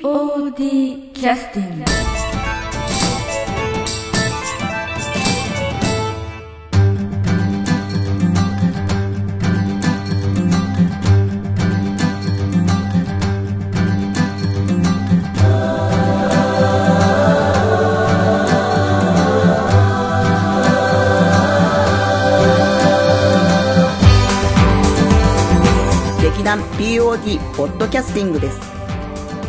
POD キャスティング劇団 POD ポッドキャスティングです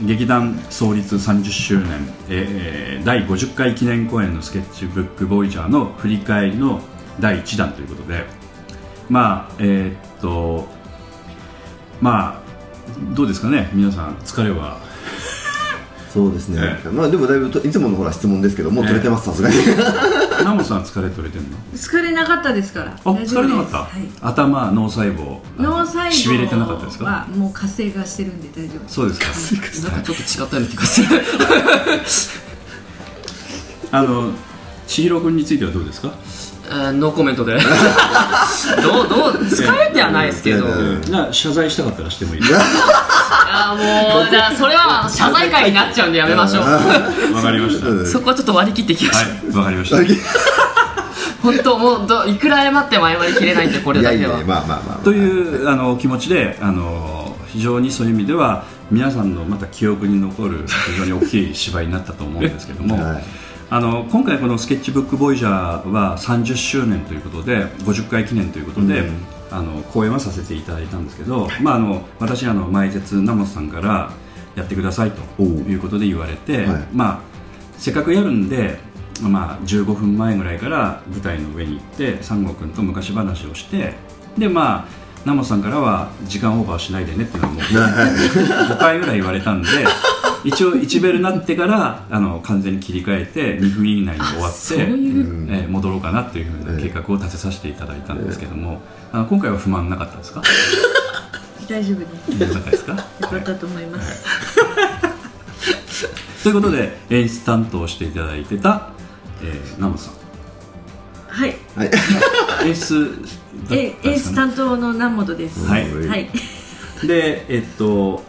劇団創立30周年、えー第50回記念公演のスケッチブックボイジャーの振り返りの第1弾ということでまあえーっとまあどうですかね皆さん疲れ はそうですね、えまあでもだいぶといつものほら質問ですけどもう取れてますさすがにナモさん疲れ取れてるの疲れなかったですからあ大疲丈夫れですなかった、はい頭脳細胞脳細胞しびれてなかったですか、はもう活性化してるんで大丈夫ですそうですかなんかちょっと違ったような気がするあの千尋君についてはどうですかあーノーコメン トでどうどう疲れてはないですけどいやいやいやな謝罪したかったらしてもいいあーもうじゃあそれは謝罪会になっちゃうんでやめましょうわかりましたうんそこはちょっと割り切っていきましょう、はいわかりました本当もうどいくら謝っても謝りきれないんでこれいだやけはいやまあまあまあ、まあ、というあの気持ちであの非常にそういう意味では皆さんのまた記憶に残る非常に大きい芝居になったと思うんですけども、はいあの今回この「スケッチブックボイジャー」は30周年ということで50回記念ということで、うんあの講演はさせていただいたんですけど、まあ、あの私あの前説ナモさんからやってくださいとおういうことで言われて、はいまあ、せっかくやるんで、まあ、15分前ぐらいから舞台の上に行って三郷君と昔話をしてでまあナモさんからは時間オーバーしないでねっていうのはもう5回ぐらい言われたんで一応1ベルなってからあの完全に切り替えて2分以内に終わそっうていう、うんえー戻ろうかなというふうな計画を立てさせていただいたんですけども、あの今回は不満なかった ですか大丈夫でなすかったですか、よかはっいたと思います、ということで演出担当していただいてた、えー、ナモ さんはい、はい演出だったんえですかねエース担当の南本ですはいはい、でえっと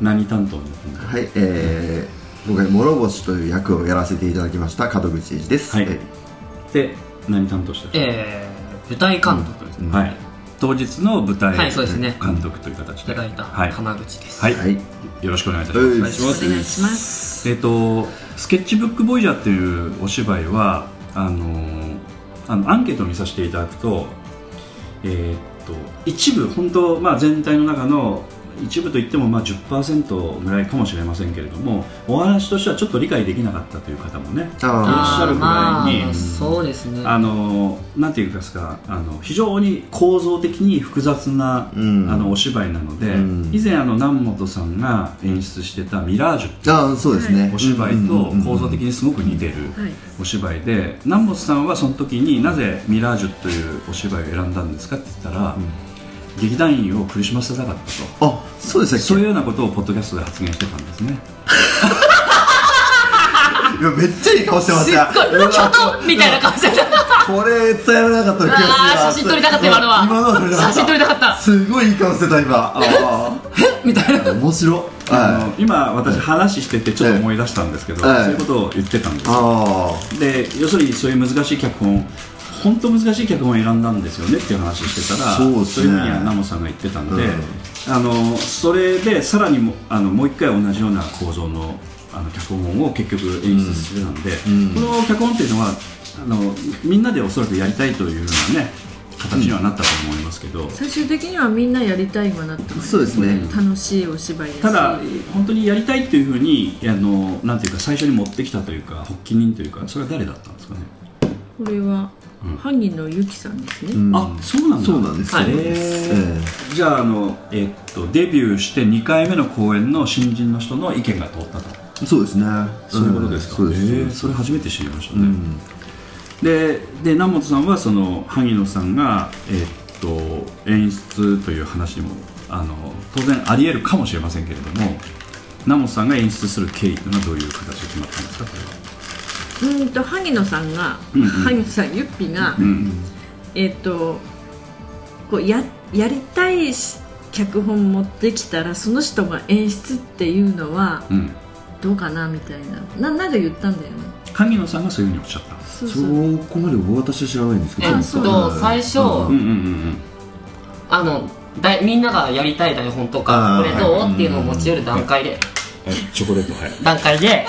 何担当のはいえー、今回諸星という役をやらせていただきました門口英二です、はいえで何担当したか、えー、舞台監督うんはい当日の舞台はいそうですね監督という形いたで、はいだいたはい浜口です、はいはいよろしくお願いいたしおます願いしまお願いしますえっとスケッチブックボイジャーっていうお芝居はあのーあのアンケートを見させていただくとえーっと一部本当まあ全体の中の一部といってもまあ10%ぐらいかもしれませんけれどもお話としてはちょっと理解できなかったという方もねいらっしゃあるーぐらいにまあそうですねあのなんていうんですかあの非常に構造的に複雑な、うんあのお芝居なので、うん以前あの南本さんが演出してた「ミラージュ」ああそうですね、お芝居と構造的にすごく似てるはいお芝居で南本さんはその時になぜ「ミラージュ」というお芝居を選んだんですかって言ったら、劇団員を苦しませたかったと。あそうでしたっけそういうようなことをポッドキャストで発言してたんですね。いやめっちゃいい顔してましすったごいちょっとみたいな顔してたこれ伝えられなかった気がするなあー写真撮りたかった今のは今のは撮りたかった写真撮りたかっ たすごいいい顔してた今あみたいなあ面白いあはいの今私話しててちょっと思い出したんですけど、はいそういうことを言ってたんですよあで要するにそういう難しい脚本本当難しい脚本を選んだんですよねっていう話をしてたらそうですねいうふうにはナモさんが言ってたんで、うんあのそれでさらにもあのもう一回同じような構造のあの脚本を結局演出してたんで、うんこの脚本っていうのはあのみんなでおそらくやりたいというようなね形にはなったと思いますけど、最終的にはみんなやりたいがなってあそうですね、楽しいお芝居ですただ本当にやりたいというふうにあのなんていうか最初に持ってきたというか発起人というかそれは誰だったんですかね、これはうん犯人のゆきさんですね、うんあそうなんだそうなんですはいそうなんですえじゃああの、えっとデビューして2回目の公演の新人の人の意見が通ったとそうですねそういうことですか、そうです、えーそれ初めて知りましたね、でで南本さんはその萩野さんが、えーっと演出という話もあの当然ありえるかもしれませんけれども南本さんが演出する経緯というのはどういう形で決まったんですかこれはうんと萩野さんが、うんうん萩野さんゆっぴが、うんえっ、とこうややりたいし脚本持ってきたらその人が演出っていうのはうんどうかなみたいなななんか言ったんだよね萩野さんがそういうふうにおっしゃったそうそそうこまでお渡しは知らないんですけどえっとそうですか最初うんうんうんうんあのだいみんながやりたい台本とかあーこれどはういっていうのを持ち寄る段階でうんチョコレートはい段階で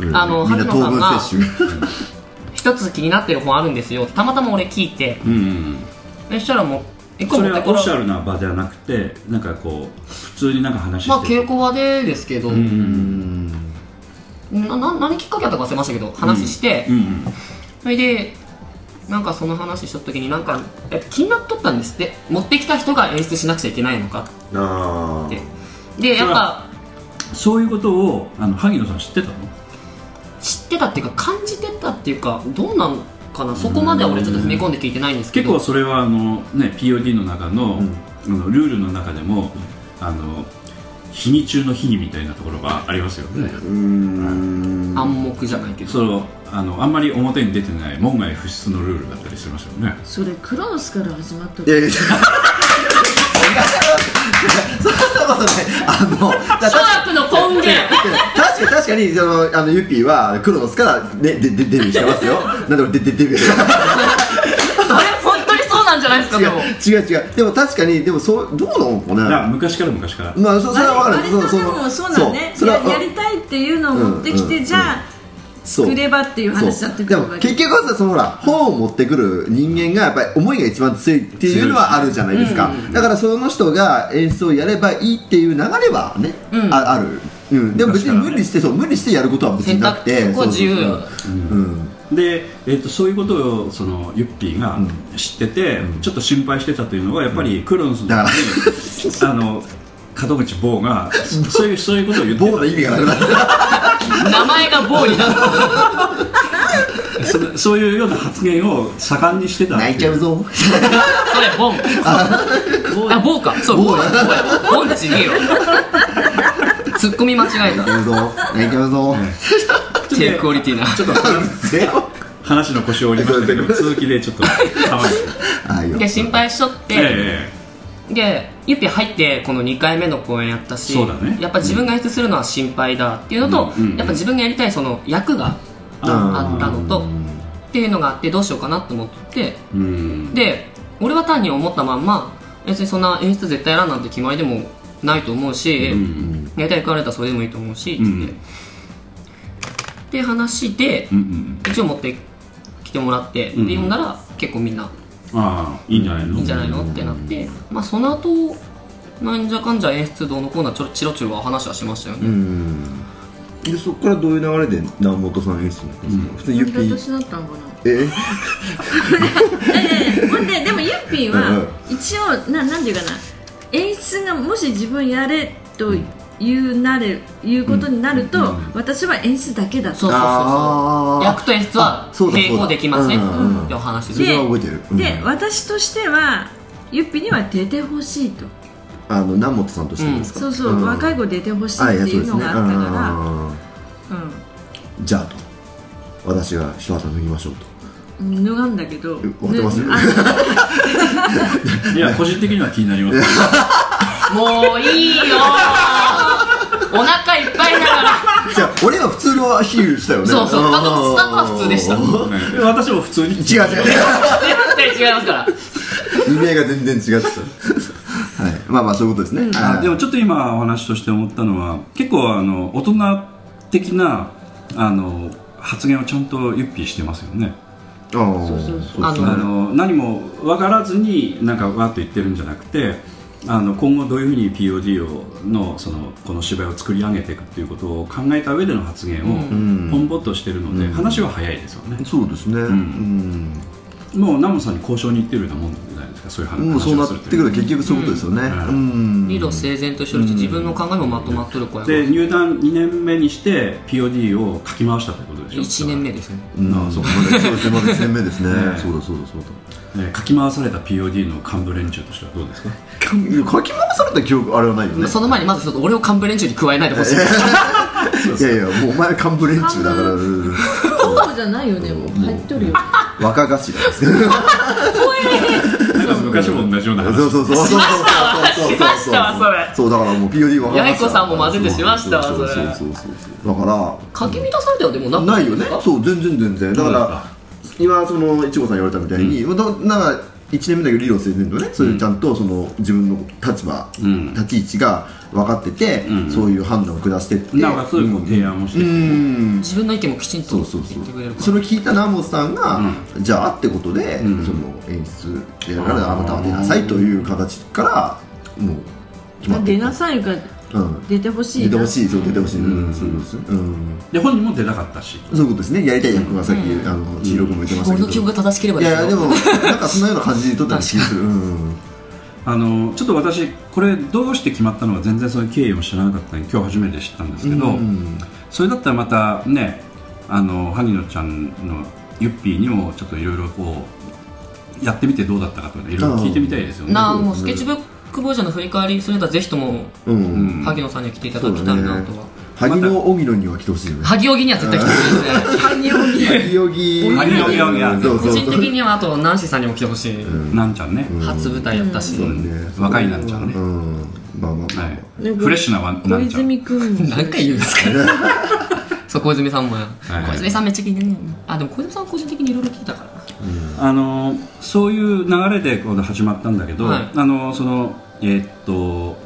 うんあのみんな糖分摂取一つ気になってる本あるんですよたまたま俺聞いてうんうんうんそしたらもう一個そ持れってはこオフィシらャルな場ではなくてなんかこう普通になんか話してまあ稽古場でですけど、うんうんなな何きっかけだったか忘れましたけど話して、うんうんそれでなんかその話しとった時になんかやっぱ気になっとったんですって持ってきた人が演出しなくちゃいけないのかあってでやっぱそういうことをあの萩野さん知ってたの知ってたっていうか感じてたっていうかどうなんかなそこまでは俺ちょっと踏み込んで聞いてないんですけ結ど構それはあの、ね、POD の中の,、うんあのルールの中でもあの日に中の日にみたいなところがありますよね、ーうーん 暗黙じゃないけどそのあのあんまり表に出てない門外不出のルールだったりしますよねそれクロノスから始まったいやいやいやそんなことないあのじゃあショーアップの根源確かに確かにそのあのユッピーはクロノスからでででデビューし てますよ。なんで俺ででデビューしてまあれ本当にそうなんじゃないですかでもす。違う違う違う。でも確かにでもそうどうなのかだからね。昔から昔から、まあそそれはわかる。割とでもそうなんねそれはややりたいっていうのを持ってきて、うんじゃあそう作ればっていう話だってでくもるわけ結局はさそのほら本を持ってくる人間がやっぱり思いが一番強いっていうのはあるじゃないですか、だからその人が演奏をやればいいっていう流れはね、うんあある、うん、でも別に昔からね無理してそう無理してやることは別に選なく択てそこは自由そうそうそううんで、えー、とそういうことをそのユッピーが知ってて、ちょっと心配してたというのはやっぱりクロノスのだか時にあの門口坊がそういうそういうことを言って棒の意味がなくなった名前がボーイだそそういうような発言を盛んにしてたってい泣いちゃうぞそれボンあボーかそうボーやボーやボンチねえよツッコミ間違え泣たいちゃうぞ泣いちゃうぞ低クオリティなちょっとゼロ話の腰を折りましたけど続きでちょっとたまにああいいよで心配しとって、えでゆっぴ入ってこの2回目の公演やったしそうだねやっぱ自分が演出するのは心配だっていうのと、うんうんやっぱ自分がやりたいその役があったのとっていうのがあってどうしようかなと思ってえうんで俺は単に思ったまんま別にそんな演出絶対やらんなんて決まりでもないと思うし、うんやりたいかられたらそれでもいいと思うし、つってうんで話でうんうん一応持ってきてもらって、んで呼んだら結構みんなああいいんじゃないのいいんじゃないのってなって、まあ、その後なんじゃかんじゃ演出どうのコーナーちょろちろちろは話はしましたよね、うんでそこからどういう流れで南本さん演出になったんですか、普通にユなんッでピー私だったのかなえほんででもゆっぴーうんは一応ななんていうかな演出がもし自分やれというなれいうことになると、私は演出だけだとそうそうそうあそうー役と演出はあそうだそうだ並行できませんうんうんうんってお話それでは覚えてる、うんで私としてはゆっぴーには出てほしいとあの南本さんとしてですか、そうそう、ん若い子出てほしいあいっやてそういでうすのねがあったかあらう、ーじゃあと私が一旗脱ぎましょうとん、脱がんだけどえわかってますぬあいや個人的には気になりますもういいよーお腹いっぱいだからじゃあ俺は普通のヒールしたよねそうそうあースタートスタートは普通でしたね私も普通に違う違絶対違いますからう意味合いが全然違ってたはいまあまあそういうことですね、あはいでもちょっと今お話として思ったのは結構あの大人的なあの発言をちゃんとユッピーしてますよねあそうーそうそうあのあの何も分からずになんかわーっと言ってるんじゃなくてあの今後どういうふうに POD をのそのこの芝居を作り上げていくっていうことを考えた上での発言をうんポンポッとしてるので、うん話は早いですよね、そうですねうん、もうナムさんに交渉に行ってるようなもんじゃないですかそういう話もうそうなってくると結局そういうことですよねううん理路整然としてるし自分の考えもまとまっとる子やからで入団2年目にして POD を書き回したということでしょ1年目ですねうんそうまだそうですねまだ1年目ですねねそうだそうだそうだね書き回された POD の幹部連中としてはどうですか書き回された記憶あれはないよねその前にまず一つ俺をカンブレンチに加えないでほしいですいやいやもうお前幹部連中だからうんそうじゃないよねもう入っとるよ若頭です けど なんか昔も同じような話そうそうそうそうそうそうそうしましたわそれそうだからもう POD 若頭八重子さんも混ぜてしましたわそれそうそうそうそうだから書き乱されたよでもなないよねそう全然全然だかそうら今そのいちごさん言われたみたいに、まあどなんか1年目だけど理論整然とねそういうちゃんとその自分の立場、うん立ち位置が分かってて、うんそういう判断を下してってなおかつこう提案をしてうきてん自分の意見もきちんとそう言そうそうってくれるかそられを聞いた南本さんが、じゃあってことで、うんその演出でやるからあなたは出なさいという形からもう決まって出なさいかうん、出てほしい出てほいしいそう出てほしい、うんそうです、うん、で本人も出たかったしそういうことですねやりたい役がさっき、あの千尋君も言ってました俺けどの記憶が正しければいでやいすやでよもなんかそんなような感じにとったら気がする、うん、あのちょっと私これどうして決まったのか全然そういう経緯も知らなかったので今日初めて知ったんですけど、うんそれだったらまたねあの萩野ちゃんのゆっぴーにもちょっといろいろこうやってみてどうだったかとかいろいろ聞いてみたいですよねなあもうスケッチブックボーイジャーの振り返りそれだったらぜひともうんうん萩野さんには来ていただきたいなとは萩野荻野には来てほしいよね萩尾木には絶対来てほしいです ね萩尾木萩尾木荻野そう個そう人そう的にはあとナンシーさんにも来てほしいなんちゃんね、初舞台やったしそうね若いなんちゃんね、うんまあまあ、はい、なんかフレッシュなわな小んちゃん泉君何回言うんですか そう小泉さんもやいはい小泉さんめっちゃ聞いてんねんなあでも小泉さんは個人的にいろいろ聞いたからなあのそういう流れでこう始まったんだけど、はいあのそのえーっと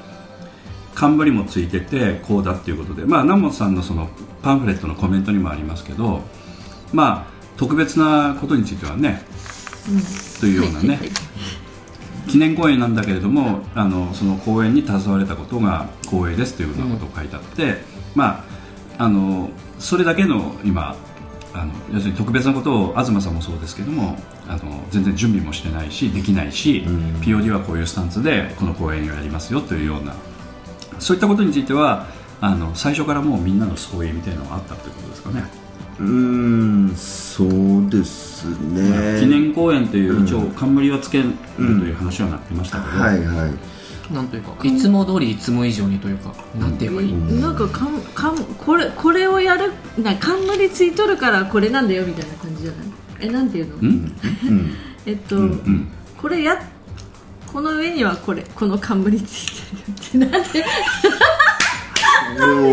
冠もついててこうだっていうことで、まあ、南本さんのそのパンフレットのコメントにもありますけど、まあ、特別なことについてはね、というようなね記念公演なんだけれどもあのその公演に携われたことが光栄ですというようなことを書いてあって、まあ、あのそれだけの今あの要するに特別なことを東さんもそうですけどもあの全然準備もしてないしできないし、POD はこういうスタンスでこの公演をやりますよというようなそういったことについてはあの最初からもうみんなの総意みたいなのがあったということですかね。うーんそうですね記念公演という一応冠はつけるという話はなってましたけど、はいはいなんというかいつも通りいつも以上にというかなんて言えばいいなんかかんかんこれこれをやるな冠ついとるからこれなんだよみたいな感じじゃないえなんていうのんうんえっと、うん、これやこの上にはこれこの冠ついてるよってなんで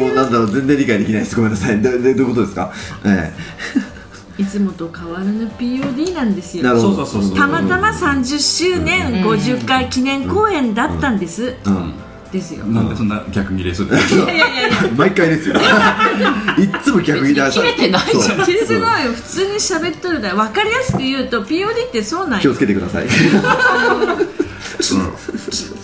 もうなんだろう全然理解できないですごめんなさいででどういうことですかえいつもと変わらぬ POD なんですえなよるほどそうそうそうそうたまたま30周年50回記念公演だったんです、うんですよ、なんでそんな逆切れするのいやいやいやいや毎回ですよ いっつも逆に出別に切れてないじゃんそう気すごいよ普通に喋っとるだ分かりやすく言うと POD ってそうなん気よをつけてください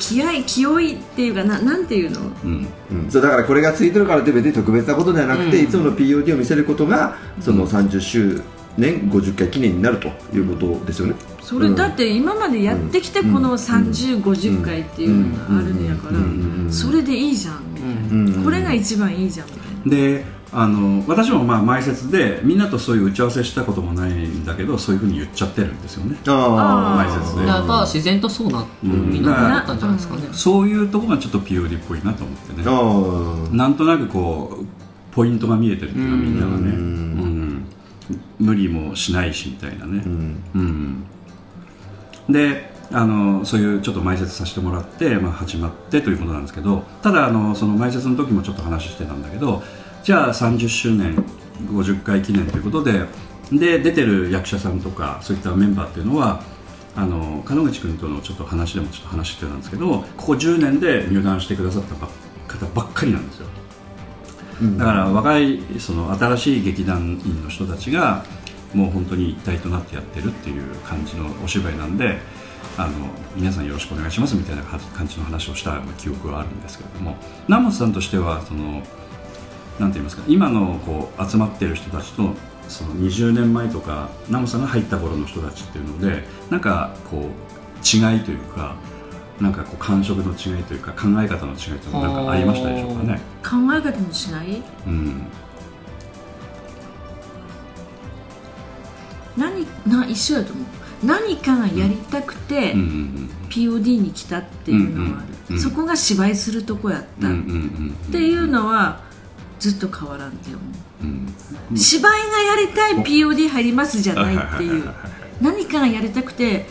気合い気負いっていうかななんていうのうんうんそうだからこれがついてるからって別に特別なことではなくて、いつもの POD を見せることがその30周年50回記念になるということですよねそれだって今までやってきてこの3050回っていうのがあるんやからそれでいいじゃんみたいなこれが一番いいじゃんみたいなであの私もまあ前説でみんなとそういう打ち合わせしたこともないんだけどそういうふうに言っちゃってるんですよねあ前説だからやっでぱ自然とそうなみんななったんじゃないですかねそういうところがちょっと POD っぽいなと思ってねああなんとなくこうポイントが見えてるっていうかみんながねうん無理もしないしみたいなねうんであのそういうちょっと埋設させてもらって、まあ、始まってということなんですけどただあのその埋設の時もちょっと話してたんだけどじゃあ30周年50回記念ということでで出てる役者さんとかそういったメンバーっていうのはあの門口君とのちょっと話でもちょっと話してたんですけどここ10年で入団してくださったば方ばっかりなんですよだから若いその新しい劇団員の人たちがもう本当に一体となってやってるっていう感じのお芝居なんであの皆さんよろしくお願いしますみたいな感じの話をした記憶はあるんですけれども南本さんとしてはそのなんて言いますか今のこう集まってる人たちとその20年前とかナムさんが入った頃の人たちっていうのでなんかこう違いというかなんかこう感触の違いというか考え方の違いというのはなんかありましたでしょうかね。考え方もしないうん何な一緒だと思う何かがやりたくて、うんうん POD に来たっていうのはある、うんうんうんそこが芝居するとこやった、うんうんっうんていうのはずっと変わらんって思う、うん芝居がやりたい POD 入りますじゃないっていう何かがやりたくて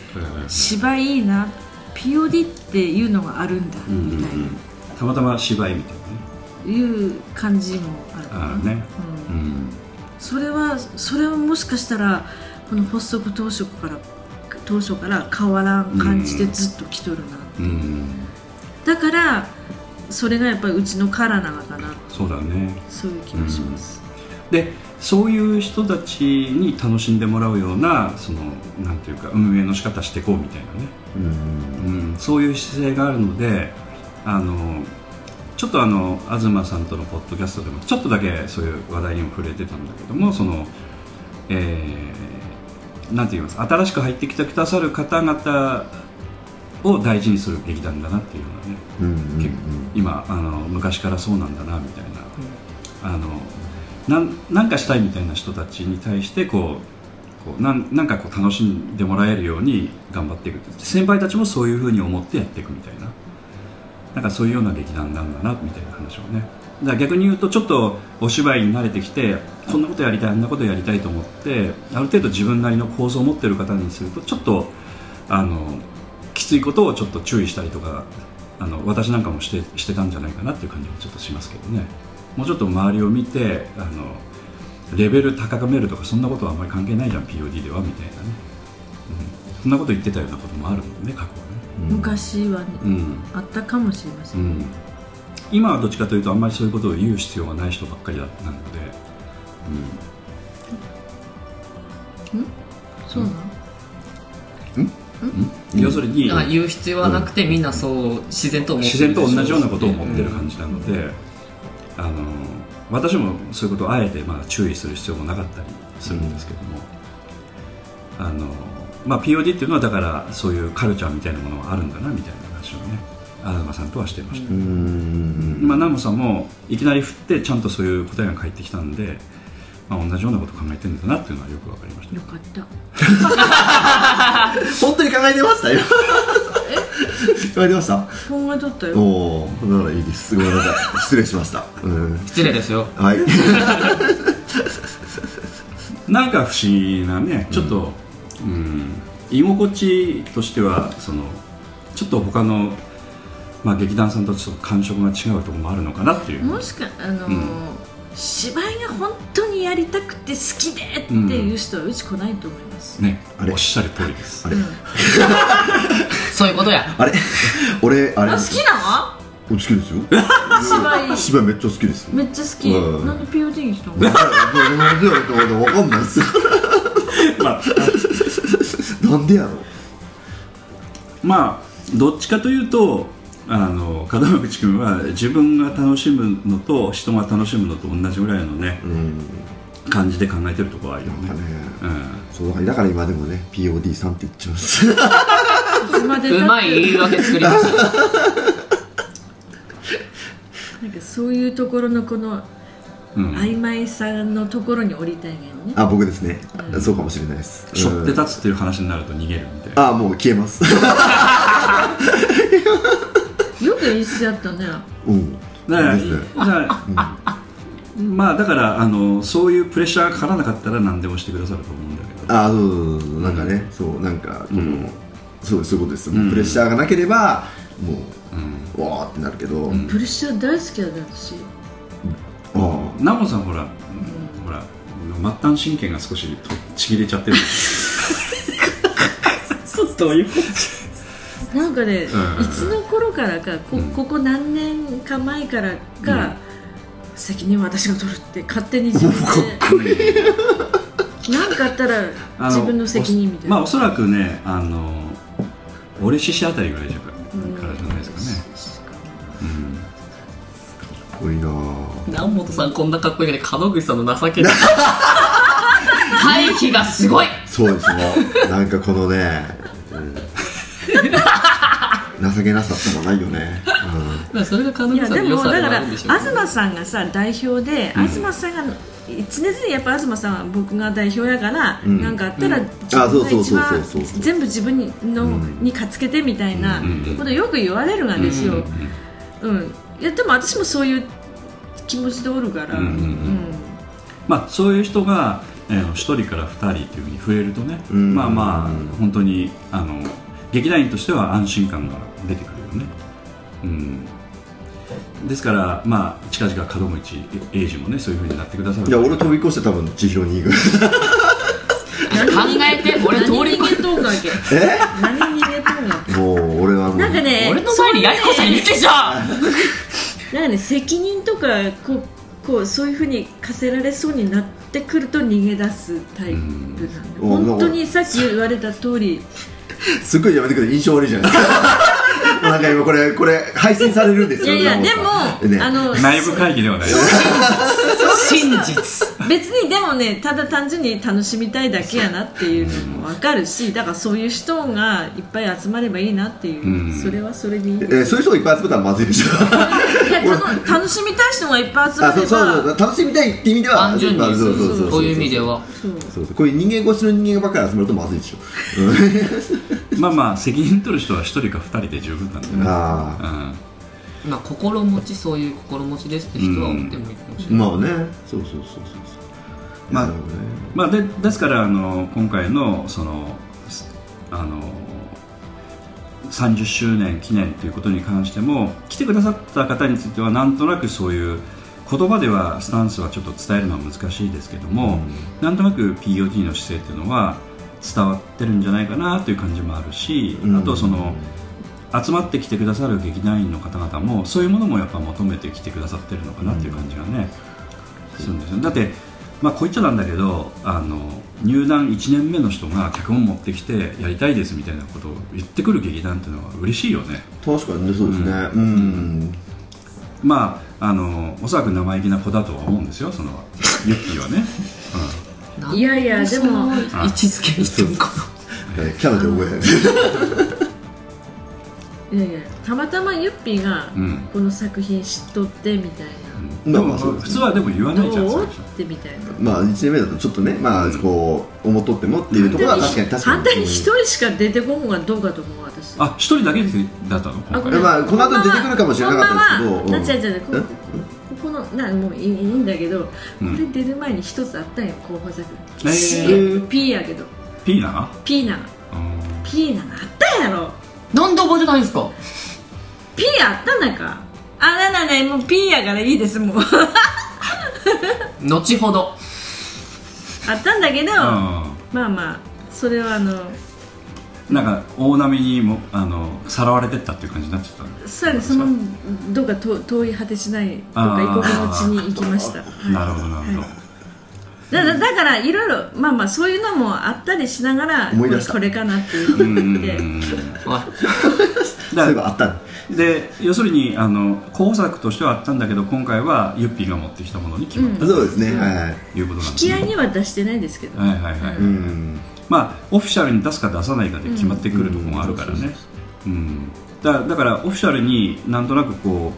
芝居いいな POD っていうのがあるんだうんうんうみたいんたまたま芝居みたいなねないう感じもあるかあなーねうんうんそれはそれはもしかしたらこの発足当初から当初から変わらん感じでずっと来とるな、うんだからそれがやっぱりうちのカラーなのかなそうだねそういう気がします、でそういう人たちに楽しんでもらうようなそのなんていうか運営の仕方していこうみたいなね、うんうん、そういう姿勢があるのであのちょっとあの東さんとのポッドキャストでもちょっとだけそういう話題にも触れてたんだけどもその、えーなんて言います新しく入ってきてくださる方々を大事にする劇団だなっていうのはねうん結構今あの昔からそうなんだなみたいな、あのなんなんかしたいみたいな人たちに対してこうこうなんなんかこう楽しんでもらえるように頑張っていく先輩たちもそういうふうに思ってやっていくみたいななんかそういうような劇団なんだなみたいな話をねだから逆に言うとちょっとお芝居に慣れてきてこんなことやりたいあんなことやりたいと思ってある程度自分なりの構想を持ってる方にするとちょっとあのきついことをちょっと注意したりとかあの私なんかもしてしてたんじゃないかなっていう感じもちょっとしますけどねもうちょっと周りを見てあのレベル高めるとかそんなことはあんまり関係ないじゃん POD ではみたいなね、うん、そんなこと言ってたようなこともあるもんね過去はね昔はね、うんあったかもしれませ、うんん、今はどっちかというとあんまりそういうことを言う必要がない人ばっかりだなので、そうなのうん要するにだから言う必要はなくて、みんなそう自然と思って自る然と同じようなことを思ってるじ、感じなので、あの私もそういうことをあえてまあ注意する必要もなかったりするんですけども、あのまあ、POD っていうのはだからそういうカルチャーみたいなものはあるんだなみたいな話をね東さんとはしてました、うんまあ、ナムさんもいきなり振ってちゃんとそういう答えが返ってきたんで、まあ、同じようなことを考えてるんだなっていうのはよくわかりましたよかった本当に考えてましたよ考えてました本が取ったよおおならいいですごめんなさい失礼しましたうん失礼ですよはいなんか不思議なねちょっと、うん居心地としてはそのちょっと他の、まあ、劇団さんとちょっと感触が違うところもあるのかなっていう、もしかあのー芝居が本当にやりたくて好きでっていう人はうち来ないと思います、ねあれおっしゃる通りですれそういうことやあれ俺あれあ好きなお好きですよの芝居芝居めっちゃ好きですよめっちゃ好き、うんなんで POD に来たのなんでやろって俺わかんないですよまあ、なんでやろまあどっちかというとあの門口君は自分が楽しむのと人が楽しむのと同じぐらいのねうん感じで考えてるところはあるよね、うん、そうだからだから今でもね POD さんって言っちゃうんですよまで うまい言い訳作りま したなんかそういうところのこのうん曖昧さのところに降りたいんやねあ僕ですね、そうかもしれないですしょってうん立つっていう話になると逃げるみたいなあもう消えますよく一緒やったねうんだからですねだからまあだからあのそういうプレッシャーがかからなかったら何でもしてくださると思うんだけどあそうそうそうそうなんかねそうなんかこの、そうそういうことですもうプレッシャーがなければもう、わーってなるけど、プレッシャー大好きだね私あナモさんほら、ほら末端神経が少しとちぎれちゃってるそういうなんかね、うんいつの頃からかこここ何年か前からか、責任は私が取るって勝手に自分で何かあったら自分の責任みたいな、まあおそらくねあの俺獅子あたりぐらいじゃからじゃないですかね、あかっこいいなーな南本さんこんなかっこいいのに門口さんの情 けない対比がすごいそうですねなんかこのね、うん情けなさってのはないよね、まあそれが門い口やさんでの良もさだでかはあらるんでしょうけど東さんがさ代表で、東さんが常々やっぱ東さんは僕が代表やから、んなんかあったら自あそう分がそうそう一そう番そうそう全部自分にの、にかつけてみたいなことよく言われるがですよ、うんいやでも私もそういう気持ちでおるかうら、んうんうんまあ、そういう人が、えー、1人から2人というふうに増えるとね、うんまあまあ本当にあの劇団員としては安心感が出てくるよね、うん、ですから、まあ、近々門口英二もねそういうふうになってくださるいや俺飛び越して多分千尋に行く考えて俺通何人り越間トークだっけえ何人間トークだっもう俺はもうなんかね俺の前にやりこさん言ってじゃんけなんかね責任とかこうこうそういうふうに課せられそうになってくると逃げ出すタイプなんで、うん本当にさっき言われた通りすっごいやめてくれ印象悪いじゃないですかなんか今これこれ配信されるんですいよやいやで山本さんねもあの内 部会議ではない真実別にでもねただ単純に楽しみたいだけやなっていうのも分かるしだからそういう人がいっぱい集まればいいなっていう、うんそれはそれでいいえーそういう人をいっぱい集めたらまずいでしょいやたの楽しみたい人がいっぱい集まあればそうそうそう楽しみたいって意味では単純まあにそうそうそうそういう意味ではそうそうそうこういう人間越しの人間ばっかり集まるとまずいでしょ、まあまあ責任取る人は1人か2人で十分なんだよう ん、ね、あうんまあ心持ちそういう心持ちですって人はおってもいいかもしれあない、まあねそうそうそうそうそうまあなるほどねまあ、でですからあの今回のそのすあの30周年記念ということに関しても来てくださった方についてはなんとなくそういう言葉ではスタンスはちょっと伝えるのは難しいですけども、なんとなく POD の姿勢っていうのは伝わってるんじゃないかなという感じもあるし、うんあとその集まってきてくださる劇団員の方々もそういうものもやっぱ求めてきてくださってるのかなっていう感じがね、するんですよだって、まあ、こう言っちゃなんだけどあの入団1年目の人が脚本持ってきてやりたいですみたいなことを言ってくる劇団っていうのは嬉しいよね確かにねそうですねうん、まああのおそらく生意気な子だとは思うんですよそのユッキーは ね、なんいやいやでも位置づけにしてるかえーキャラで覚えないいやいやたまたまゆっぴーがうんこの作品知っとってみたいうん、でまあもまあそう普通はでも言わな、ないじゃんどそうういう人ってみたいな まあ1年目だとちょっとねまあこう思っとってもっていうところは確かに確かに反対に一人しか出てこんがどうかと思う私あ一人だけだったの今回ごれめんまあこの後出てくるかもしれなかったですけどこんばんはうんな違う違うこここのなもういいいいんだけどこうんれ出る前に一つあったんよ候補作えー C P やけど P なの P なうん P なあったんやろなんで覚えてないんですか P あったんだかあなななもう P やからいいですもう 後ほどあったんだけどまああまあそれはあのーなんか大波にもあのさらわれてったっていう感じになっちゃったさらにそのどうかと遠い果てしないどうか異国の地に行きましたなるほどなるほど、だだだからいろいろまあまあそういうのもあったりしながら思い出したこれこれかなっていうのがあ っておいそだういえかばあったねらで要するにあの候補作としてはあったんだけど今回はユッピーが持ってきたものに決まった、そうですねはいはいということなんです気合ねには出してないですけど、はいはいはい、うんまあオフィシャルに出すか出さないかで決まってくるところもあるからねうんだだからオフィシャルになんとなくこ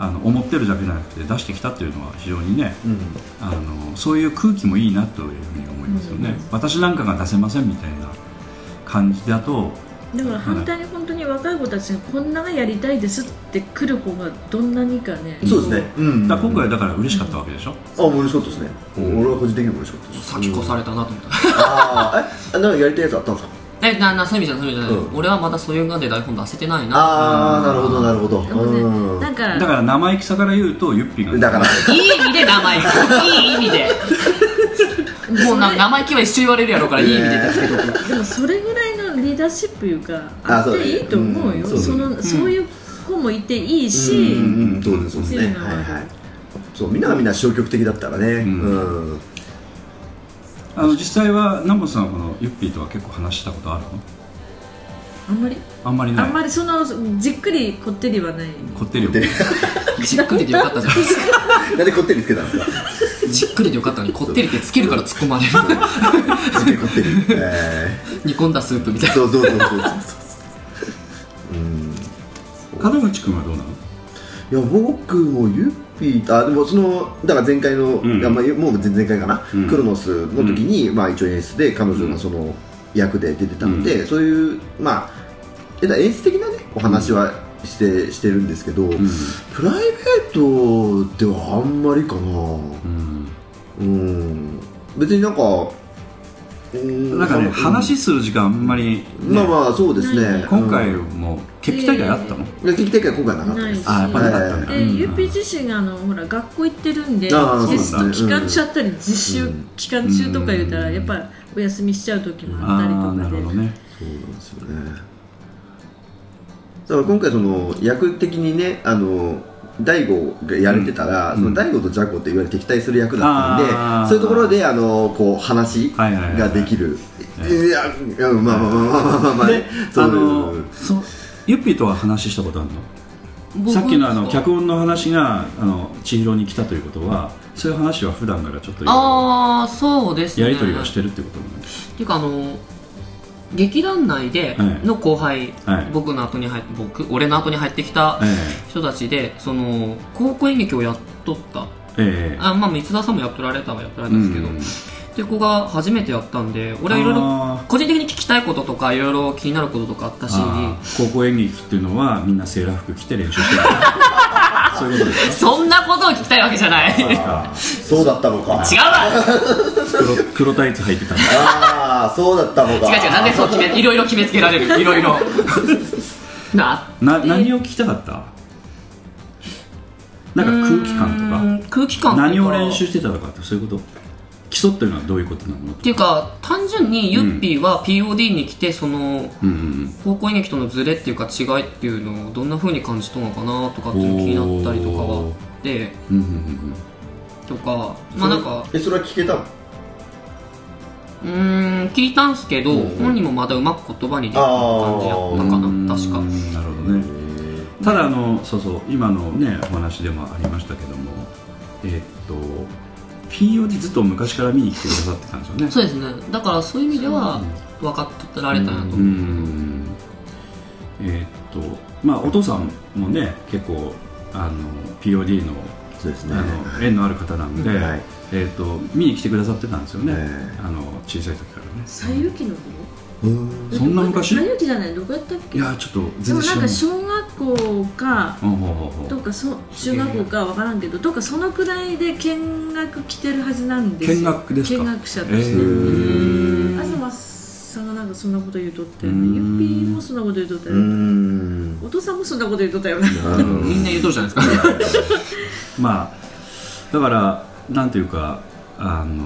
うあの思ってるだけじゃなくて出してきたっていうのは非常にね、あのそういう空気もいいなというふうに思いますよね、私なんかが出せませんみたいな感じだとだから反対に本当に若い子たちがこんながやりたいですって来る方がどんなにかねそうですねうんだから今回だから嬉しかったわけでしょ、あ、嬉しかったですね。俺は個人的にも嬉しかったです。先越されたなと思っあーえ、なんかやりたいやつあったんですか。たえななそういう意味じゃないそういう意味じゃない、う俺はまだそういう側で台本出せてないなああ、なるほど、なるほど。でもうねんだからだから生意気さから言うとユッピーがだから、いい意味で名前いい意味でもうな生意気は一緒言われるやろからいい意味でですけど、でもそれぐらいのリーダーシップいうかああっそうだねていいと思うよ、うんそうそそうの、そういう子もいていいし、うん、うん、そうです、そうですね。うんはい、はい。そう、みんながみんな消極的だったらね。んうん。あの実際は南本さんはこのユッピーとは結構話したことあるのあんまりあんまりあないんまりそのじっくりこってりはないこってりよで じっくりでよかったじゃないですかなんでこってりつけたんですか じっくりでよかったのにこってりってつけるから突っ込まれる漬けこってりえ煮込んだスープみたーいなそうそうそうそううん門口君はどうなのいや僕もユッピーあでもそのだから前回の、んいやまあ、もう前々回かな、うんクロノスの時に、まあ、一応演出で彼女のその役で出てたので、そういうまあえ演出的なねお話はして,、してるんですけど、プライベートではあんまりかなうんうん別になんかうんなんかね、うん話する時間あんまり、ねまあまあそうですね、今回うんも決起大会あったの、劇的大会は今回なかったですないしあやっぱなかったんだで、うんゆっぴ自身があのほら学校行ってるんでテあースそうトなんだ期間中あったり実う習ん期間中とか言うたらうんやっぱお休みしちゃう時もあったりとあかあでなるほどねそうなんですよねだから今回その役的にねあの大悟がやれてたら、うんその大悟とジャコっていわゆる敵対する役だったあーんでそういうところであのこう話はいはいはいができる、いやいやまあまあまあまあまあまあ、でね、あそういうのそゆっぴーとは話したことあるのさっきのあの脚本の話があの千尋に来たということはそういう話は普段からちょっとああそうですねやり取りはしてるってことなんですっていうかあの劇団内ではいの後輩、はい僕の後に入っ僕俺の後に入ってきたえ人たちでその高校演劇をやっとったえええあまあ三田さんもやっとられたはやっとられたんですけど、うんっていう子が初めてやったんで俺はいろいあろ個人的に聞きたいこととかいろいろ気になることとかあったしあー高校演劇っていうのはみんなセーラー服着て練習 してるそういうことですそんなことを聞きたいわけじゃない違うかそうだったのかわ黒黒タイツ履いてたんだああそうだったの違うか違うなんでそう決めいろいろ決めつけられるい ろいろなな何を聞きたかったなんか空気感うーん空気とか感とか何を練習してたとかってそういうこと基礎っていうのはどういうことなのっとていうか単純にユッピーは POD に来てそのうんうん方向演劇とのズレっていうか違いっていうのをどんな風に感じたのかなとかっていうの気になったりとかはあってうんうんうんとかまあなんかえそれは聞けたのうーん聞いたんすけどうん本人もまだうまく言葉にできない感じやったうかんな確かなるほどねただあのそうそう今のねお話でもありましたけどもえーっと POD ずっと昔から見に来てくださってたんですよねそうですねだからそういう意味では分かっとられたなとう思うんえーっとまあお父さんもね結構あの POD のそうですねあの縁のある方なんで、はいえー、と見に来てくださってたんですよね、えあの小さい時からね西遊記の頃うんそんな昔西遊記じゃないどこやったっけいやちょっとで全然も知ならんないか小学校かほうほうほうほうどうかそ中学校かわからんけどどうかそのくらいで見学来てるはずなんですよ見学ですか見学者とえして、ー東さんがなんかそんなこと言うとったうよーんねゆっぴーもそんなこと言うとったうよねんお父さんもそんなこと言うとったよねあのみんな言うとるじゃないですかまあだからなんていうかあの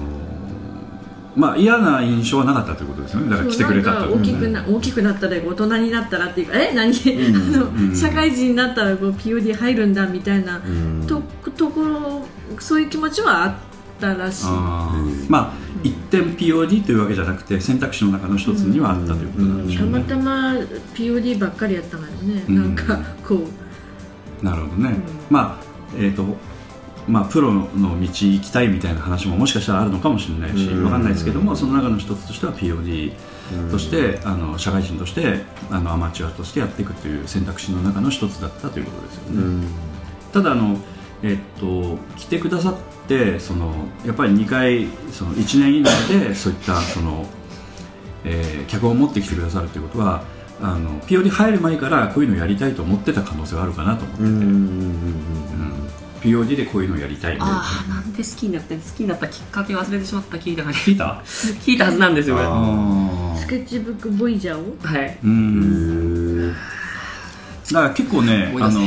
まあ嫌な印象はなかったということですよねだから来てくれたってそこうなとんかね大きくな大きくなったら大人になったらっていうかえ何、んあの社会人になったらこう POD 入るんだみたいなうんとところそういう気持ちはあったらしいあーまあ一点 POD というわけじゃなくて選択肢の中の一つにはあったということなんでしょたうねま、たま POD ばっかりやったからね、うんなんかこうなるほどね、まあえっ、とまあプロの道行きたいみたいな話ももしかしたらあるのかもしれないしうんわかんないですけどもその中の一つとしては POD としてあの社会人としてあのアマチュアとしてやっていくという選択肢の中の一つだったということですようね、んただあのえっ、と来てくださってそのやっぱり2回その1年以内で そういったその、えー脚本を持ってきてくださるということはあの POD 入る前からこういうのやりたいと思ってた可能性はあるかなと思ってうて、ん POD でこういうのやりたいみたいなああなんで好きになった好きになったきっかけ忘れてしまった聞いたから聞いた聞いたはずなんですよこれあースケッチブックボイジャーをはいうんうんだから結構ね思いあ出の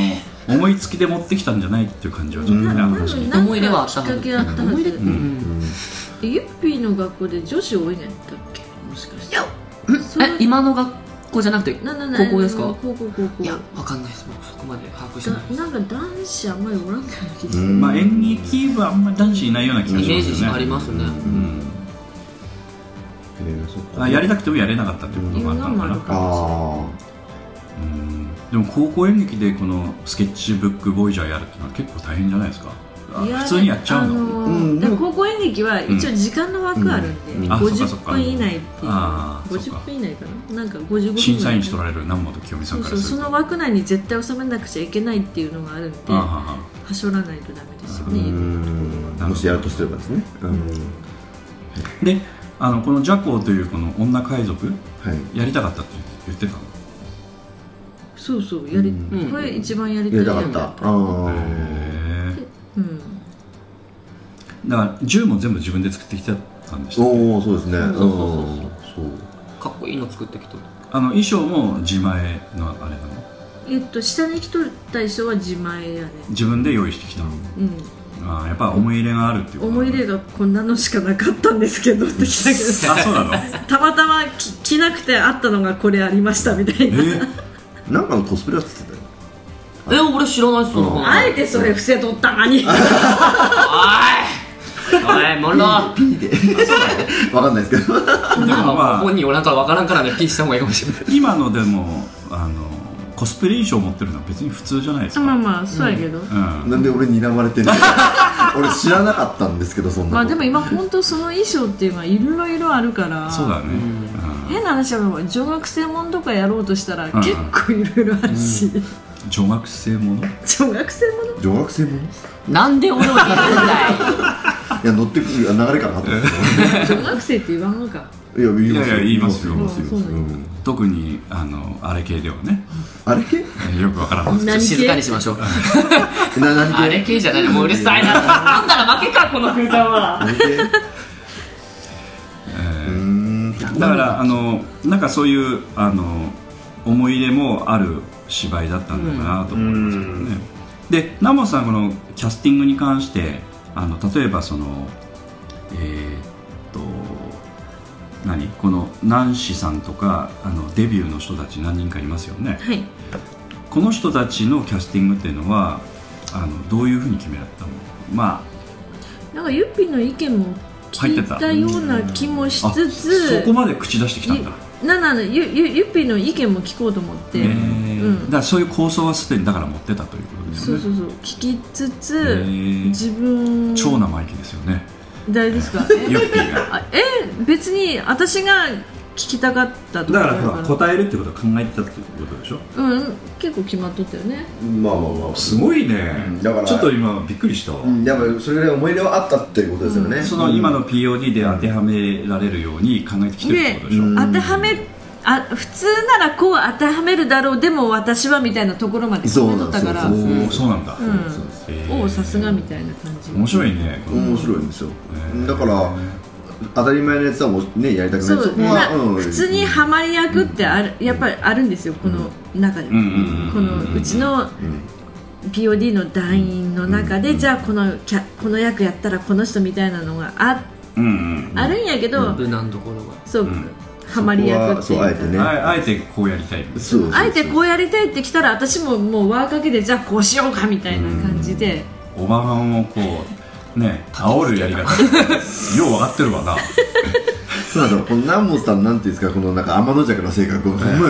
せ思いつきで持ってきたんじゃないっていう感じはちょっとね、うんあの話聞いて思い出はあったきっはずかけあったは思い出ずううんんえゆっぴーの学校で女子多いんやったっけもしかしていやえ今の学校じゃなくてなな高校ですか高校高校いやわかんないです僕そこまで把握してないだなんか男子あんまりおらんから聞いてうんまあ演劇部はあんまり男子いないような気がイしメまーすよジねありますうねんえーそっかあやりたくてもやれなかったってことがあったのかいうのもあなるかあうんでも高校演劇でこのスケッチブックボイジャーやるってのは結構大変じゃないですかあいや普通にやっちゃうの、あのーうんだから高校演劇は一応時間の枠あるんで、うんうんあそっかそ50っか分以内っていうあーそっか50分以内かななんか55分審査員しととられる南本清美さそんうかそらうすそるとの枠内に絶対収めなくちゃいけないっていうのがあるんであはははしょらないとダメですよーうね、んもしやるとすればですねうんであのこのジャコというこの女海賊はいやりたかったって言ってたのそうそうやり、うんこれ一番やりたやいりたかったやあつあへうんえだから銃も全部自分で作ってきてたんでしたっけおおそうですねうんそうそうそうかっこいいの作ってきとるあの衣装も自前のあれなのえっと下に来とった人は自前やね自分で用意してきたの、うんあーやっぱ思い入れがあるっていうこと思い出がこんなのしかなかったんですけどって来たけどあそう なのたまたまき着なくてあったのがこれありましたみたいえなーなんかのコスプレはつってたよえ俺知らないっすようんおいあえてそれ伏せとったのにおい モンローピーでわかんないですけどでもまあ本人おらんからわからんからねピーした方がいいかもしれない今のでもあのコスプレ衣装持ってるのは別に普通じゃないですか、まあまあそうやけど、うんなんで俺睨まれてるの 俺知らなかったんですけどそんなまあでも今今本当その衣装っていうのはいろいろあるからそうだね、変な話は女学生もんとかやろうとしたらん結構いろいろあるし、うん女学生もの女学生もの女学生もい なんで俺を見るんだ いや乗ってくる流れかなと思って女学生って言わんのかいや言いやいますいよや言いますよ言いますよそうなんうん特にあのあれ系ではねあれ系えよくわからないです何系静かにしましょうな何系あれ系じゃないのもううるさいな なんなら負けかこの空間は何系うーんけどだからあのなんかそういうあの思い入れもある芝居だったんだなと思いますけどね、でナモさんこのキャスティングに関してあの例えばそのえーっと何このナンシさんとかあのデビューの人たち何人かいますよね、はいこの人たちのキャスティングっていうのはあのどういうふうに決められたのまなんかゆっぴの意見も聞いたような気もしああつつそこまで口出してきたんだゆなんなのゆゆゆっぴの意見も聞こうと思って、えーうんだからそういう構想はすでにだから持ってたということですそようねそうそう聞きつつ、へー自分超生意気ですよね誰ですかヨッピーがあえ別に私が聞きたかったとだかからほらだから答えるってことを考えてたってことでしょうん結構決まっとったよねまあまあまあすごいねうんだからちょっと今びっくりしたわ、うんやっぱそれぐらい思い入れはあったっていうことですよねその今の POD で当てはめられるように考えてきてるってことでしょ、うん当てはめあ普通ならこう当てはめるだろうでも私はみたいなところまで決めとったからそうなんですよおおそうなんだ、んそうですえーおおさすがみたいな感じ面白いねこの面白いんですよんだから当たり前のやつはもうねやりたくなそいこう、はなうん普通にハマり役ってある、やっぱりあるんですよこの中で、んうんうんこのうちの POD の団員の中で、じゃあこのキャこの役やったらこの人みたいなのがあ,、うんうんあるんやけど、無難どころがそう、んハマり役ってそいうこかはそうあえてねああえてこうやりたいそうそうそうあえてこうやりたいって来たら私ももう輪かけでじゃあこうしようかみたいな感じで、おばはんをこうね煽るや り方よう分かってるわなそうなんですよこの南本さんなんていうんですかこのなんか天の弱な性格をほんまに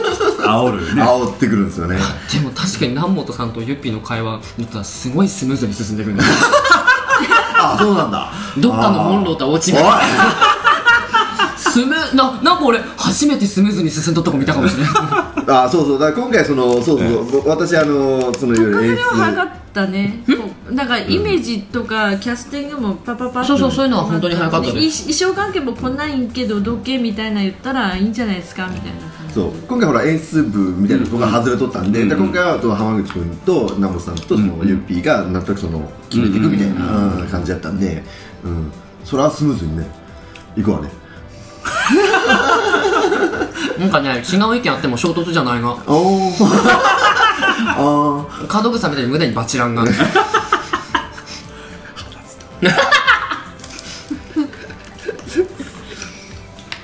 煽るね煽ってくるんですよねでも確かに南本さんとゆっぴの会話見たらすごいスムーズに進んでいくんだよあそうなんだ どっかのモンローとは落ちおいがスムーななんか俺初めてスムーズに進んだとこ見たかもしれないあそうそうだから今回そのそうそうそう私あのそのいわゆるそれ演は分か出ったねこうなんかイメージとかキャスティングもパパパッとそうそうそういうのは本当に早かったですい衣装関係もこんなんいいけどどけみたいな言ったらいいんじゃないですかみたいな感じそう今回ほら演出部みたいなとこが外れとったんで、で今回はその浜口君と南本さんとそのゆっぴーが納得その決めていくみたいなうん感じだったんで、うん、それはスムーズにねいくわねなんかね違う意見あっても衝突じゃないがおー あ角草みたいに胸にバチランが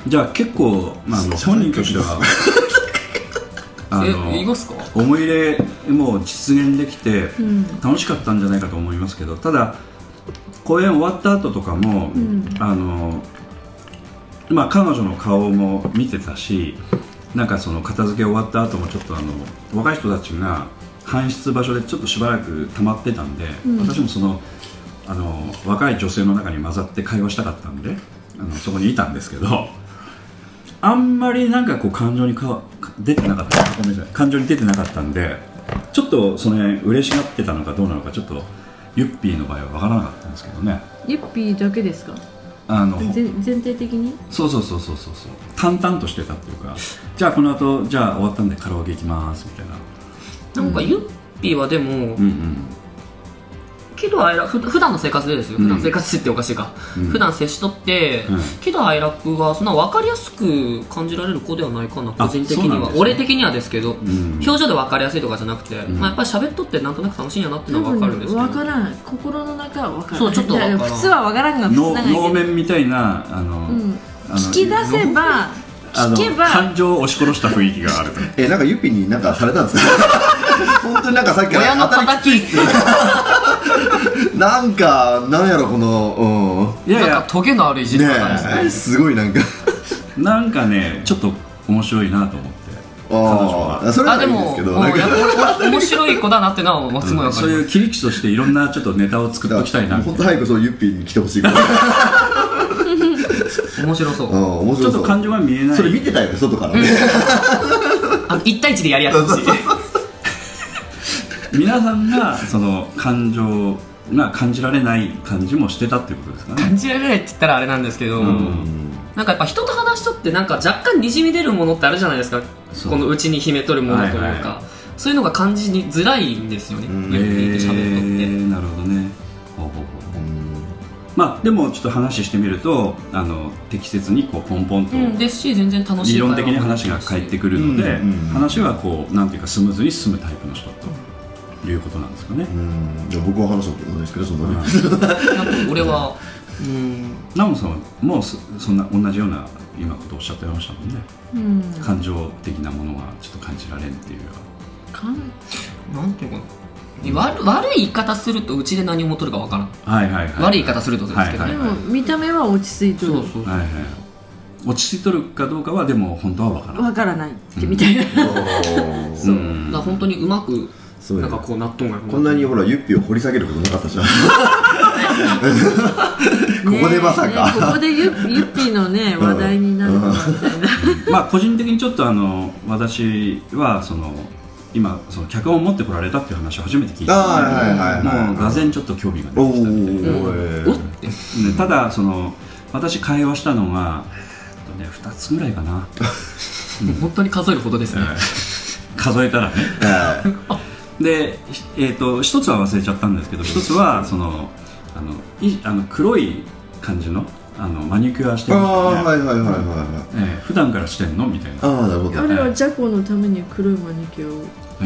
じゃあ結構、まあ、あの本人としては あえいいのますか思い入れも実現できて楽しかったんじゃないかと思いますけどただ公演終わった後とかも、あのまあ、彼女の顔も見てたしなんかその片付け終わった後もちょっとあの若い人たちが搬出場所でちょっとしばらく溜まってたんで、私もそのあの若い女性の中に混ざって会話したかったんであのそこにいたんですけどあんまりなんかこう感情にかか出てなかったごめんなさい感情に出てなかったんでちょっとその辺嬉しがってたのかどうなのかちょっとゆっぴーの場合は分からなかったんですけどねゆっぴーだけですかあのぜ全体的にそうそうそうそうそうそう淡々としてたっていうかじゃあこの後じゃあ終わったんでカラオケ行きますみたいななんかゆっぴーはでもうんうん喜怒哀楽ふ普段の生活でですようん普段生活してっておかしいか、うん普段接しとって、うん喜怒哀楽はそんな分かりやすく感じられる子ではないかなあ個人的にそうなんでは、すね俺的にはですけど、ん表情で分かりやすいとかじゃなくて、んまあ、やっぱり喋っとってなんとなく楽しいんやなって多のは分分かるんですけど分からない心の中は分からないそうちょっと分からんだら普通は分からんが普通能な能んだけど面みたいなあの、んあの聞き出せばあの聞けば感情を押し殺した雰囲気があるえなんかゆっぴになんかされたん ですか本当になんかさっき親の当たりきついっすなんかなんやろこのいやいなんかやトゲのあるいじうんりね方ですねえすごいなんかなんかねちょっと面白いなと思って彼女ああはそれあはでいいんでもすけうどんないんかや俺俺面白い子だなってのはすごい分かそうる、いう切り口としていろんなちょっとネタを作っときたいなみたい本な当早くそうゆっぴに来てほしいから 面白そう、うん面ちょ白っそとう感情が見えないそれ見てたよね外からねあの1対1でやり合ってほしい皆さんが その感情が感じられない感じもしてたっていうことですかね感じられないって言ったらあれなんですけど、うんなんかやっぱ人と話しとってなんか若干にじみ出るものってあるじゃないですかそうこの内に秘めとるものというか、はいはいそういうのが感じにづらいんですよね、うんゆっくりと喋るのって、えーなるほどねほうほうほうまあでもちょっと話してみるとあの適切にこうポンポンとうん、ですし全然楽しい理会話論も的に話が返ってくるので、うんうんうん話はこうなんていうかスムーズに進むタイプの人ということなんですかね、うんいや僕は話したことないですけどそんなになんか俺はうんナモさんはもうそそんな同じような今ことをおっしゃってましたもんね、うん感情的なものはちょっと感じられんっていうよ感なんていうかな悪悪い言い方するとうちで何をもとるかわからん、うなはいはいはい悪い言い方するってことですけど、はねいではいも見た目は落ち着いてそうるそうそう、はいはい落ち着いとるかどうかはでも本当は分からない分からないってみたいなあそううだんから本当にうまく そうなやんかこう納豆がこんなにほらゆっぴを掘り下げることなかったじ ゃん ここでまさねねこかこでゆゆっぴーのね話題になるかなみたいなまあ個人的にちょっとあの私はその今その脚本を持ってこられたっていう話を初めて聞いあーはいはいはいはたいもうがぜんちょっと興味が出おてきたみたいなおーっってねただその私会話したのが、えっとね、2つぐらいかな本当に数えるほどですね、数えたらねはいで、ひえー、と一つは忘れちゃったんですけど一つはそのあのいあの黒い感じのあのマニキュアしてあるあはいねはいはいはいはいえー普段からしてんのみたいな、ああなるほど俺はジャコのために黒いマニキュアをえ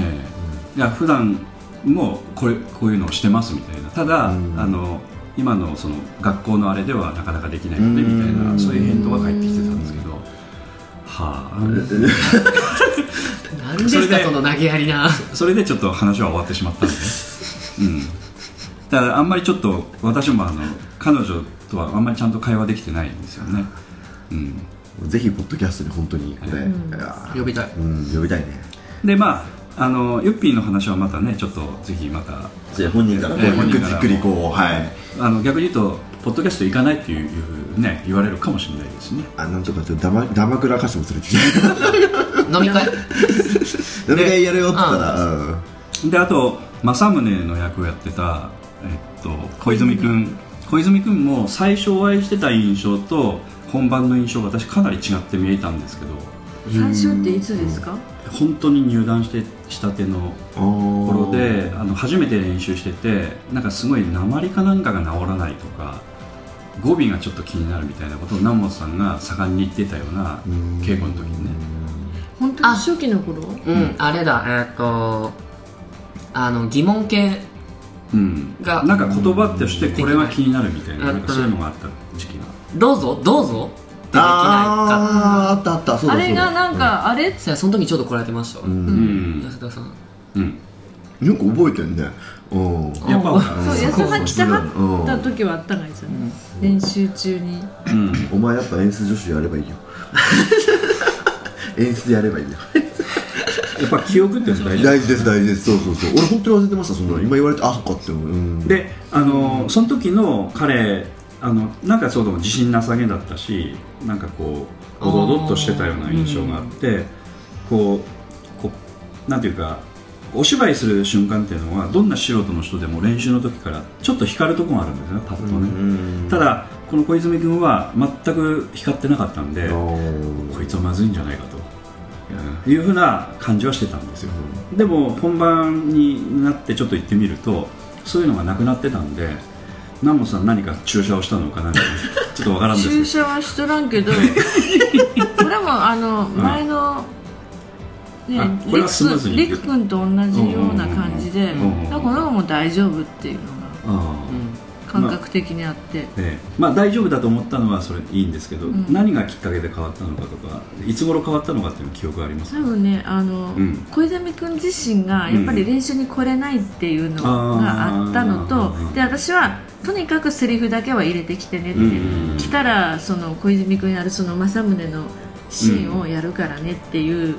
ーいや普段もこれこういうのをしてますみたいなただ、うんあの今のその学校のあれではなかなかできないのでみたいなうんそういう返答が返ってきてたんですけどはあ何でそすれかでその投げやりなそれでちょっと話は終わってしま ったんで、うん、だからあんまりちょっと私もあの彼女とはあんまりちゃんと会話できてないんですよね、うん、ぜひポッドキャストに本当にこれあ呼びたいーうん呼びたいねでまああのゆっぴーの話はまたねちょっとぜひまたじゃあ本人からこうええ本ゆっ人くからりじっくりこうはいあの逆に言うとポッドキャスト行かないっていうね言われるかもしれないですねあなんとかちょっとだまだまくらかしても連れてきて飲み会 飲み会やるよって言ったらうんであと政宗の役をやってた、えっと、小泉君小泉君も最初お会いしてた印象と本番の印象が私かなり違って見えたんですけど最初っていつですか本当に入団してしたてのあー頃であの初めて練習しててなんかすごい鉛かなんかが治らないとか語尾がちょっと気になるみたいなことを南本さんが盛んに言ってたようなうん稽古の時にね本当に初期の頃うんあれだえーっ、とあの疑問系うんがなんか言葉としてこれは気になるみたいなうんなんかそういうのがあった時期がどうぞどうぞってできないかあーあったあったそうだそうだあれがなんかあれそうやその時ちょうど来られてましたわ、うんうん安田さんうんよく覚えてるねうんやっぱほらそう安田さん来たかった時はあったかいですよね、練習中にうんお前やっぱ演出女子やればい いよ演出やればいいよやっぱ記憶って大事大事です大事ですそうそうそう俺本当に忘れてましたそんなの今言われてあそっかって思う、うん、であのその時の彼あのなんかそうでも自信なさげだったしなんかこうおどおどっとしてたような印象があってこうこうなんていうかお芝居する瞬間っていうのはどんな素人の人でも練習の時からちょっと光るところがあるんですよねパッとね、うんただこの小泉君は全く光ってなかったんであーこいつはまずいんじゃないかというふうな感じはしてたんですよ、でも本番になってちょっと行ってみるとそういうのがなくなってたんで南本さん何か注射をしたのか何か ちょっとわからんですけ 注ど射はしとらん けどこれもあの前の、ねあこれはスムーズにいリくク君と同じような感じで、うんうんうんうんだからこの子も大丈夫っていうのがああ感覚的にあって、ええまあ、大丈夫だと思ったのはそれいいんですけど、ん何がきっかけで変わったのかとかいつ頃変わったのかっていう記憶があります多分ねあの、うん小泉君自身がやっぱり練習に来れないっていうのがあったのあと、ーで私はとにかくセリフだけは入れてきてねって、うんうんうん来たらその小泉君やるその政宗のシーンをやるからねっていう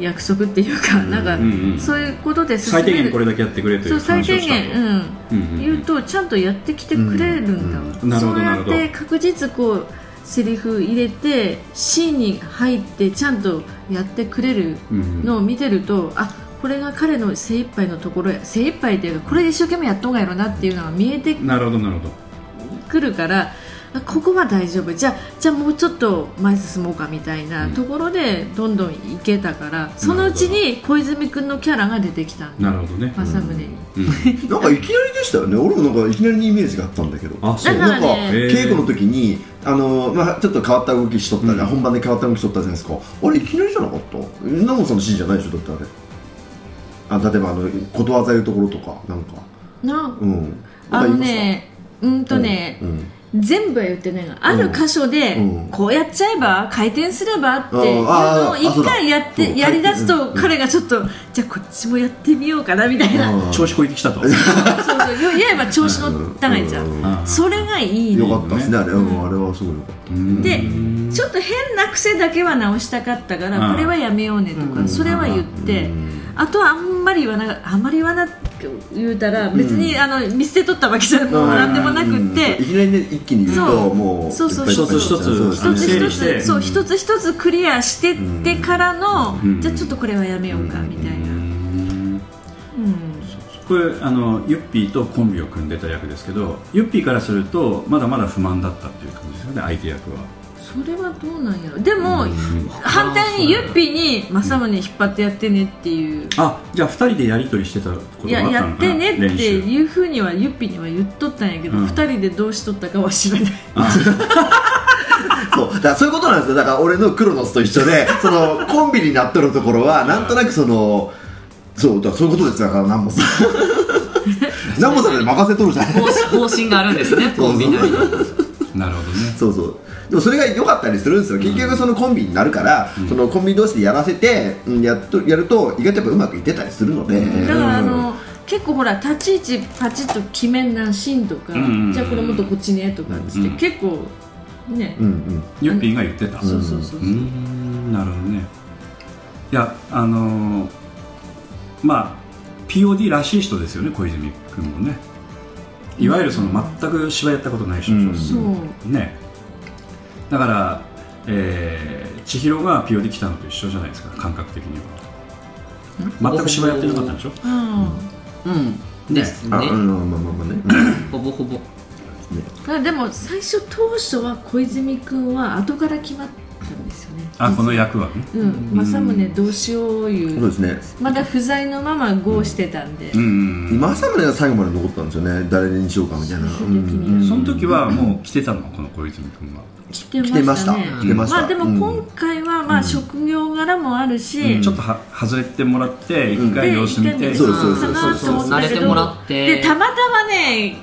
約束っていうか、なんか、うんうんそういうことで進最低め限るこれだけやってくれといそうう最話を低した限、とうん、うんうんうん言うとちゃんとやってきてくれるんだわ、うんうんなるほそどうなやるっほどて確実こうセリフ入れてシーンに入ってちゃんとやってくれるうんうんのを見てると、あこれが彼の精一杯のところや精一杯っていうかこれで一生懸命やっとんがやろなっていうのが見えてなるほどなるほどくるからあここは大丈夫じゃあじゃあもうちょっと前進もうかみたいなところでどんどんいけたから、そのうちに小泉君のキャラが出てきたんだなるほどね、政宗に。なんかいきなりでしたよね俺もなんかいきなりにイメージがあったんだけどあそうだなからんかねへー稽古の時にあの、まあ、ちょっと変わった動きしとったら、うん本番で変わった動きしとったじゃないですかあれいきなりじゃなかったナモさんのシーンじゃないでしょだってあれあ例えばあのことわざ言うところとかなんかなうんあのね、うんとね、うんうん全部は言ってないが、ある箇所でうん、こうやっちゃえば、回転すればっていうあのをーあー一回やっそうて、だやり出すうんとう、ん彼がちょっと、じゃあこっちもやってみようかなみたいな。うん調子こいてきたとそうそう、言えば調子乗ったがいいじゃ。うんああそれがいいよの。かったですねあれ、うんあれはすごいよかった、で、ちょっと変な癖だけは直したかったかうら、んこれはやめようねとか、それは言って、あとはあんまり言わな、あんまり言わな、言うたら、別にあの見捨て取ったわけじゃもうなんでもなくってい、きなりね一気に言うそとうもうそうそういっぱいいっぱい一つ一つそうですね一つ整一理してつそう一つ一つクリアしてってからの、んじゃあちょっとこれはやめようかみたいな、これあのユッピーとコンビを組んでた役ですけどユッピーからするとまだまだ不満だったっていう感じですよね相手役はそれはどうなんやろでも、反対にユッピーに政宗引っ張ってやってねっていう、あじゃあ2人でやり取りしてたこといがあやったのかなやってねって練習いうふうにはユッピーには言っとったんやけど、う二ん人でどうしとったかは知らないそうだからそういうことなんですよだから俺のクロノスと一緒 でそのコンビになっとるところはなんとなくそのそうだからそういうことですよだから南 本さん南本さんで任せとるじゃない方針方針があるんですね、コンビ内に。なるほどねそうそうでもそれが良かったりするんですよ結局そのコンビになるから、そのコンビ同士でやらせて、うん、やっとやると意外とやっぱうまくいってたりするので、 だからあの、結構ほら立ち位置パチッと決めんなシーンとか、んうんうんじゃあこれもっとこっちねとかっつって、結構ね、うんうんユッピーが言ってたそうそうそうそううーんなるほどねいやあのーまあ POD らしい人ですよね小泉君もねいわゆるその全く芝居やったことない人でしょ、うんそうねだから、えー、千尋が POD 来たのと一緒じゃないですか感覚的には全く芝居やってなかったんでしょうんうん。ですあねう。んまあまあまあね、うんほぼほぼ。あでも最初当初は小泉君は後から決まったんですよねあこの役はねうん政宗どうしよういそううで すねまだ不在のままゴーしてたんで、うんうんうん政宗が最後まで残ったんですよね誰にしようかみたいな、そうういう時ん、にその時はもう来てたのこの小泉君は来来ててままししたた来ねてました、まあでもうん今回はまあ職業柄もあるし、ちょっとは外れてもらって一回で様子見て行ってみそうたそうそうかなと思ったけどそうそうそう慣れてもらってでたまたまね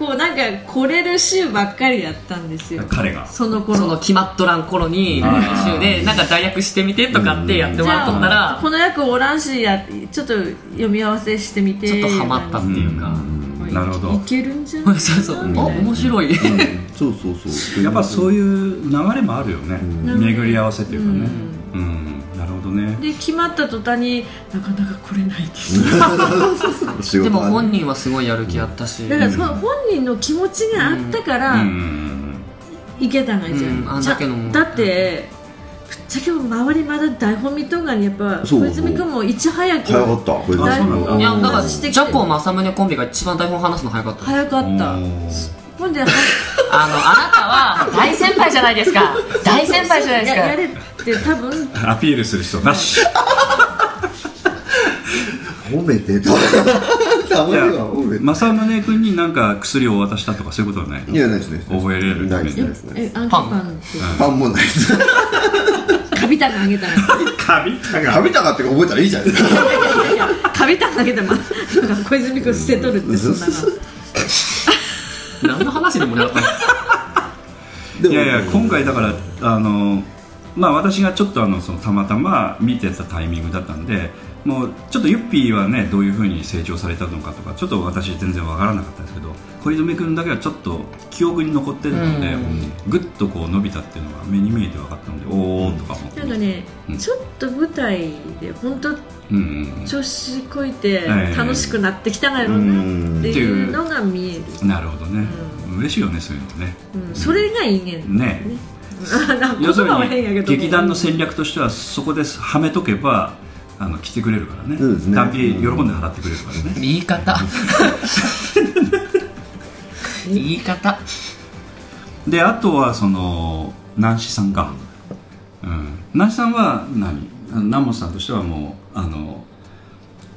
こうなんか来れる週ばっかりだったんですよ彼がそのそ頃の決まっとらん頃にあ練ー習でなんか代役してみてとかってやってもらっとったらこの役おらんしやちょっと読み合わせしてみてちょっとハマったっていうかうんなるほいどけるんじゃそなういそうあみたいな面白いそうそうそ うやっぱそういう流れもあるよね、ん巡り合わせっていうかねうん、なるほどねで決まった途端になかなか来れないです 仕で事もはね本人はすごいやる気あったしだからその本人の気持ちがあったから、うんうんいけたがいいじゃん、うんあんだけのだってぶっちゃけ周りまだ台本見とんがにやっぱそう小泉君もいち早く早かったこれあそうなんだいやだかうらんジャコ政宗コンビが一番台本話すの早かった早かうっんたほんではあのあなたは大先輩じゃないですか大先輩じゃないですややかれって多分おーアピールする人なし褒 めてたたまには褒めて正宗君になんか薬を渡したとかそういうことはないいやないですね覚えれるないですないですえねアンケパンってパンもない ですカビタがあげたらカビた食べたかって覚えたらいいじゃないですかいやカビタがあげてまなんか小泉君捨てとるってそんなの何の話にもなったのでもいやいや今回だからあのまあ私がちょっとあのそのたまたま見てたタイミングだったんでもうちょっとユッピーはねどういうふうに成長されたのかとかちょっと私全然わからなかったですけど小泉君だけはちょっと記憶に残ってるので、うぐっとこう伸びたっていうのが目に見えて分かったのでおおとかも、なんかね、うんちょっと舞台で本当うんうん調子こいてええ楽しくなってきたがやろうなっていうのが見える、うん、なるほどね、嬉しいよねそういうのねうんそれがいいねんねあ なんか要言する葉は変やけにど劇団の戦略としてはそこではめとけばあの来てくれるからねそうですね単費喜んで払ってくれるからね、言い方言い方であとはその南子さんか、うん、南子さんは何あの南本さんとしてはもうあの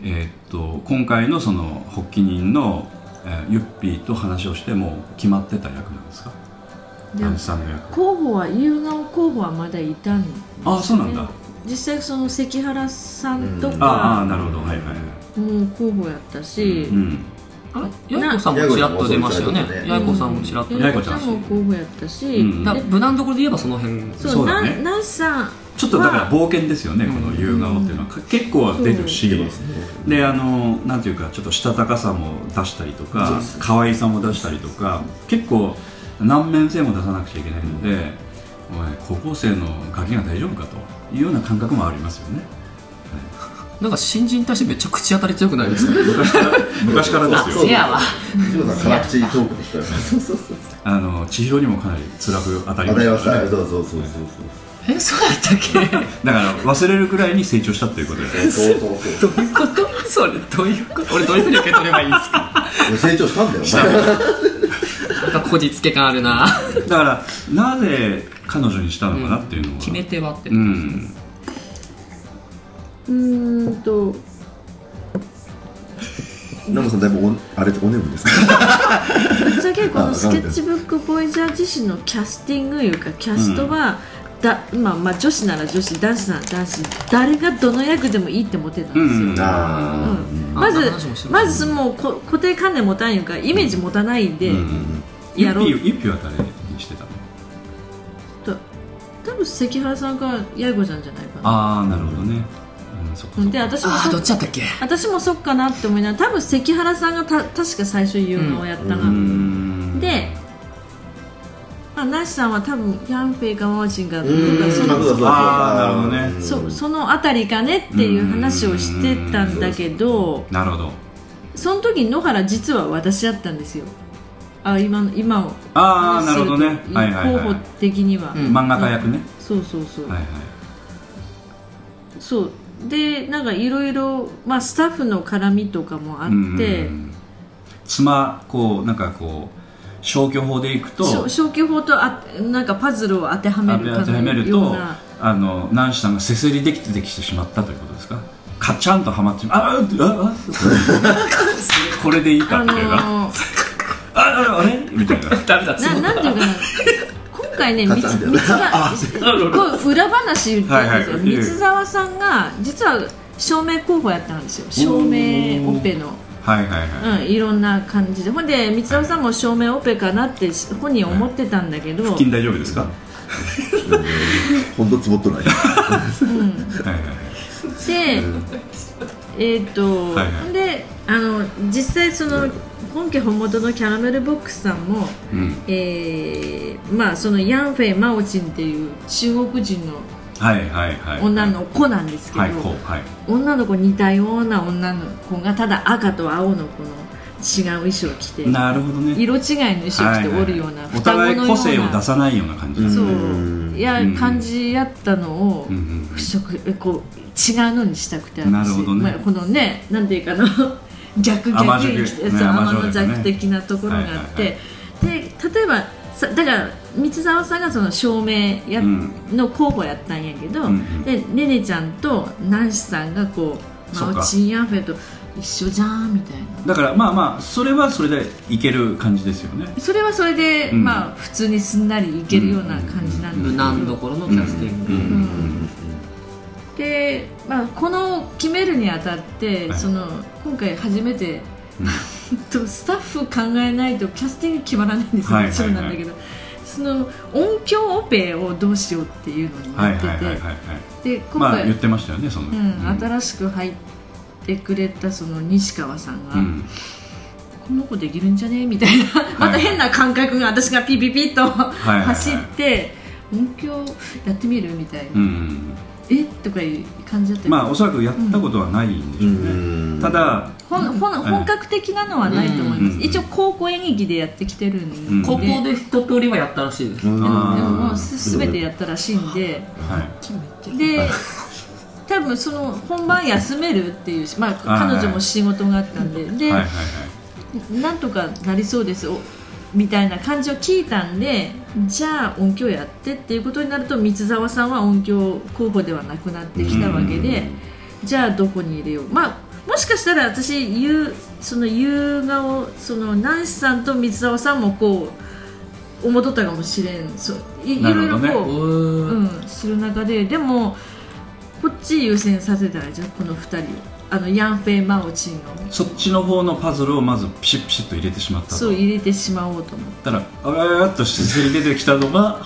えーっと今回のその発起人の、えーユッピーと話をしてもう決まってた役なんですかで南子さんの役候補は有能候補はまだいたのああそうなんだあ実際その関原さんとああかなるほどはいはいはいもう候補やったし、うんあれやいこさんもちらっと出ましたよやいこちゃんもそうだねねややでいこさんもちらっと出いこま奈ちゃん々ちゃんも候補やったし、うんだで無難どころで言えばその辺そうそうだなねんなんさんちょっとだから冒険ですよね、うんこの夕顔っていうのは、か結構は出るし、であのなんていうかちょっとしたたかさも出したりとそうかです可愛さも出したりとか結構難面性も出さなくちゃいけないので、お前高校生のガキが大丈夫かというような感覚もありますよねなんか新人に対してめっちゃ口当たり強くないですか昔から昔からあですせよやわそうだ辛口トークでしたよそうそうそうあの千尋にもかなり辛く当たり当またりまししたたねよそうそうそうそうえそうだったっけだから忘れるくらいに成長したということでそうそうそうどういうことそれどういうこと俺どういうふうに受け取ればいいんですか俺成長したんだよなんかこじつけ感あるなだからなぜ彼女にしたのかなっていうのは、決め手はってうんうーんとナムさんだいぶおあれお眠ですか ぶっちゃけこのスケッチブックボイジャー自身のキャスティングいうかキャストは、だまあ、まあ女子なら女子男子なら男子誰がどの役でもいいって思ってたんですうよ、んあうんあまそんなず話もしてるまずもうこ固定観念持たんいうかイメージ持たないでゆっやぴろうーゆっぴーは誰にしてたのと多分関原さんか八重子ちゃんじゃないかなああなるほどね、うん、そっかそっでか私もあーそどっちだったっけ私もそっかなって思いながら多分関原さんがた確か最初言うのをやったが、うーんで、まあ、ナシさんは多分ヤンフェイかママチンかどうかそのあーなるほどねそうその辺りかねっていう話をしてたんだけどなるほどその時野原実は私だったんですよあ今の今をああなるほどねはいはい候は補い的には、うん漫画家役ね、そうそうそう、はいはいそうでなんかいろいろまあスタッフの絡みとかもあって、うん妻こうなんかこう消去法でいくと消消去法とあなんかパズルを当てはめる当かてはのめるようとなあの男子さんがせせりできてできてしまったということですかカチャンとはまってしまうあーあ ああこれでいいかあみのたいな、ーあああれみたいなダメだななんてい うかな今回ね三つ勝ったん三つがこう裏話言っちゃうんはいはいですよ三沢さんが実は照明候補やったんですよ照明オペのはいはいはい、うん、いろんな感じでほんで光郎さんも照明オペかなって本人思ってたんだけど、腹筋大丈夫ですか、ほんとつぼっとないはいはいはいで、えっ、と、はいはいであの実際その本家本元のキャラメルボックスさんも、うんえーまあそのヤンフェイ・マオチンっていう中国人のはいはいはい女の子なんですけど、はいこうはい女の子似たような女の子がただ赤と青のこの違う衣装を着てなるほどね色違いの衣装を着ておるような、お互いの個性を出さないような感じです、そううんいやうん感じやったのをうんうんうん払拭こう違うのにしたくて私なるほどねまあ、このねなんてい うかな逆甘逆じょくに来てねそう甘天じょくねの弱的なところがあって、はいで例えばさだから三沢さんがその照明や、うんの候補やったんやけど、うんうんでねねちゃんとナンシさんがこうそマっかオチン・ヤンフェと一緒じゃんみたいなだからまあまあそれはそれでいける感じですよねそれはそれで、うんまあ普通にすんなりいけるような感じなんだけど、無難どころのキャスティング、うんうんで、まあ、この決めるにあたって、はいその今回初めて、 とスタッフ考えないとキャスティング決まらないんですよ、はいはいはいもちろんなんだけどその音響オペをどうしようっていうのにはないっはいはいはいてはいてで今まあ回、言ってましたよねその、うん、新しく入ってくれたその西川さんが、うんこの子できるんじゃねみたいなまた変な感覚が私がピピピッといはい走って音響やってみるみたいな、うんうんえとかいう感じだっうんたけどまあおそらくやったことはないんでしょうね、うんただ本本い本格的なのはないと思います、うん一応高校演劇でやってきてるんで、うん高校で一通りはやったらしいです、でもでもあもうす全てやったらしいんではいで多分その本番休めるっていうし、まあ、あー彼女も仕事があったんでで、はいはいはいなんとかなりそうですおみたいな感じを聞いたんでじゃあ音響やってっていうことになると三沢さんは音響候補ではなくなってきたわけでじゃあどこに入れようまあもしかしたら私言うその優雅をその南師さんと三沢さんもこう思っとったかもしれんそういいなるろいほどろねこう、うーんうん、する中ででもこっち優先させたらじゃあこの2人をあのヤンフェイ・マオチンをそっちの方のパズルをまずピシッピシッと入れてしまったとそう入れてしまおうと思って。たらあらららっとして出てきたのが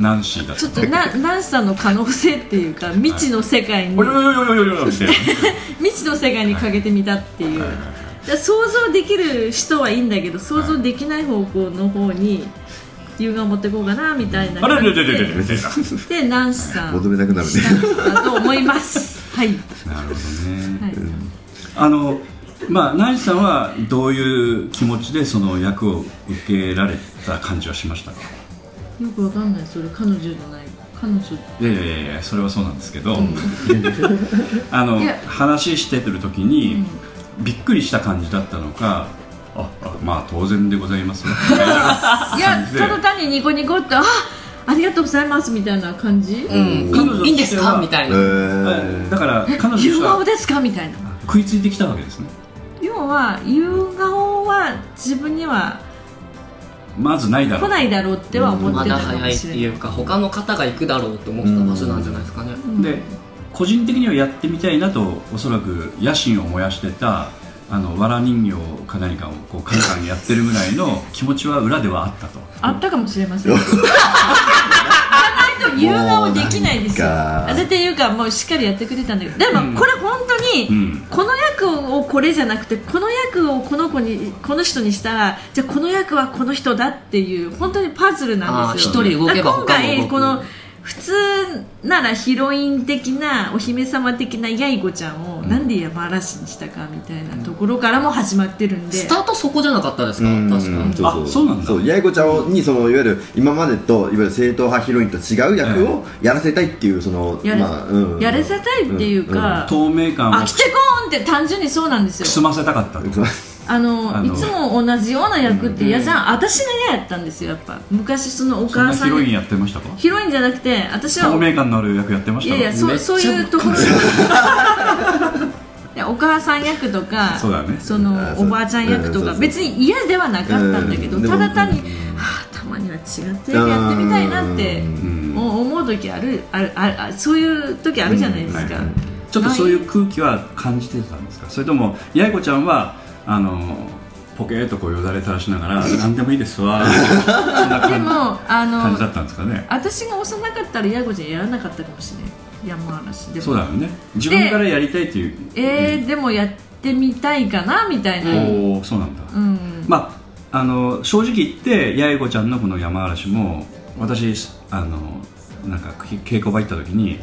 ナンシーだっちたょっと なナンさんの可能性っていうか未知の世界におよよよよよよよって未知の世界にかけてみたっていう、だから想像できる人はいいんだけど想像できない方向の方に優雅を持っていこうかなみたいなあらら感らじらららみでたいなでナンさん求めなくなる ねだと思います はい、なるほどねはい、あのまあナイスさんはどういう気持ちでその役を受けられた感じはしましたかよくわかんないそれ彼女じゃない彼女いやいやいやいやそれはそうなんですけど、あのいや話してる時に、びっくりした感じだったのかああまあ当然でございますねいやただ単にニコニコってあありがとうございますみたいな感じ、彼女としてはいいんですかみたいな、はいだから彼女とし優て雅はですかみたいな食いついてきたわけですね要は夕顔は自分にはまずないだろ来うないだろうっては思まってただかも早いってしいれなういか他の方が行くだろうと思った場所なんじゃないですかね、で個人的にはやってみたいなとおそらく野心を燃やしてたあのわら人形か何かをこうカンカンやってるぐらいの気持ちは裏ではあったとあった かもしれませんじゃないと夕顔できないですよもうなんかあだっていうかもうしっかりやってくれたんだけどでもこれ本当うにんこの役をこれじゃなくてこの役をこの子にこの人にしたらじゃあこの役はこの人だっていう本当にパズルなんですよあー一人動けばだから今他回も動くこの普通ならヒロイン的なお姫様的なやい子ちゃんをなんで山嵐にしたかみたいなところからも始まってるんでスタートそこじゃなかったですか、確かそうそうあそうなんだそう八重子ちゃんにそのいわゆる今までといわゆる正統派ヒロインと違う役をやらせたいっていうそのやれ,、まあうんやれせたいっていうか、透明感を飽きてこんって単純にそうなんですくよすませたかったとそうあのあのいつも同じような役って嫌じゃん、私が嫌やったんですよやっぱ昔そのおそん母なさヒんロインやってましたかヒロインじゃなくて私は透明感のある役やってましいたかやいやそめうっちゃそういうところいやお母さん役とかそうだねのあそうおばあちゃん役とうんそうかそう別に嫌ではなかったんだけどうんただ単に、ではあ、たまには違ってやってみたいなってんもう思う時あるあるあるあるそういう時あるじゃないですか、ちょっとそういう空気は感じてたんですかそれとも八重子ちゃんはあのポケーっとこうよだれ垂らしなが ら「何でもいいですわ」そんなで感もあ感じだのったんですかね私が幼かったらヤゴちゃんやらなかったかもしれない山嵐でもそうだよね自分からやりたいっていうえー、でもやってみたいかなみたいな、うんおおそうなんだ、まああの正直言って八重子ちゃんのこの山嵐も私あのなんかけ稽古場行った時に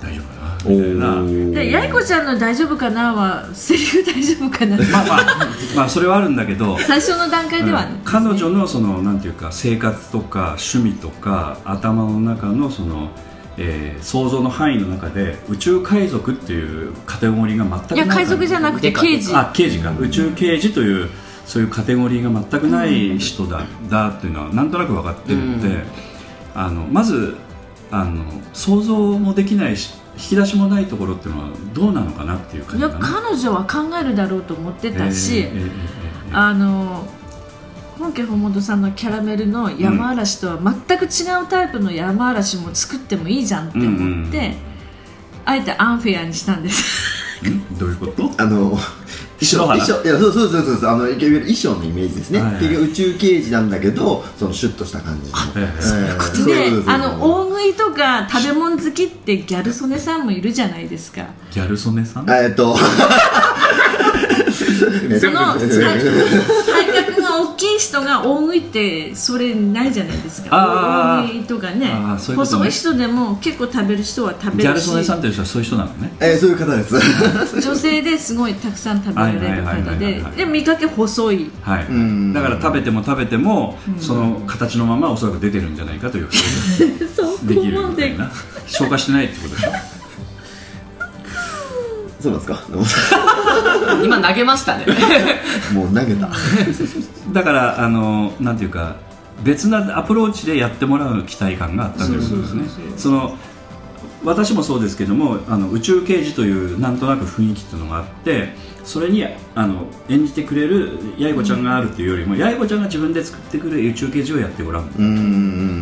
大丈夫かなみたいなで八重子ちゃんの「大丈夫かな」はセリフ大丈夫かなまあまあまあそれはあるんだけ ど最初の段階ではね、うん彼女のそのなんていうか生活とか趣味とか頭の中のその、えー想像の範囲の中で宇宙海賊っていうカテゴリーが全くないいや海賊じゃなくてでかい刑事あ刑事か、宇宙刑事というそういうカテゴリーが全くない人だ,、だっていうのはなんとなく分かってるので、うんあのまずあの想像もできないし引き出しもないところっていうのはどうなのかなっていう感いじやかな彼女は考えるだろうと思ってたし、えーえーえーえーあの本家本本さんのキャラメルの山嵐とは全く違うタイプの山嵐も作ってもいいじゃんって思って、うんうんあえてアンフェアにしたんですんどういうことあの白衣花装いやそうそうそうそうあのいわゆる衣装のイメージですね、はいはい結局宇宙刑事なんだけどそのシュッとした感じのええそういうことでそうそうそうあの大食いとか食べ物好きってギャル曽根さんもいるじゃないですかギャル曽根さんあえっと そのえ体っと体格が大きい人が大食いってそれないじゃないですかあー大食いとかねあーそういうことね細い人でも結構食べる人は食べギャるルし曽根さんっていう人はそういう人なのねえーそういう方です 女性ですごいたくさん食べられるはいはいは方いはいではいで見かけ細いはい、んだから食べても食べても、その形のままおそらく出てるんじゃないかという想 そう像ができる思うみたいな消化してないってことでしょそうなんですか 今投げましたね もう投げただからあのなんていうか別なアプローチでやってもらう期待感があったんですよねその私もそうですけどもあの宇宙刑事というなんとなく雰囲気っていうのがあってそれにあの演じてくれる八重子ちゃんがあるというよりも、八重子ちゃんが自分で作ってくれる宇宙刑事をやってごらん、うー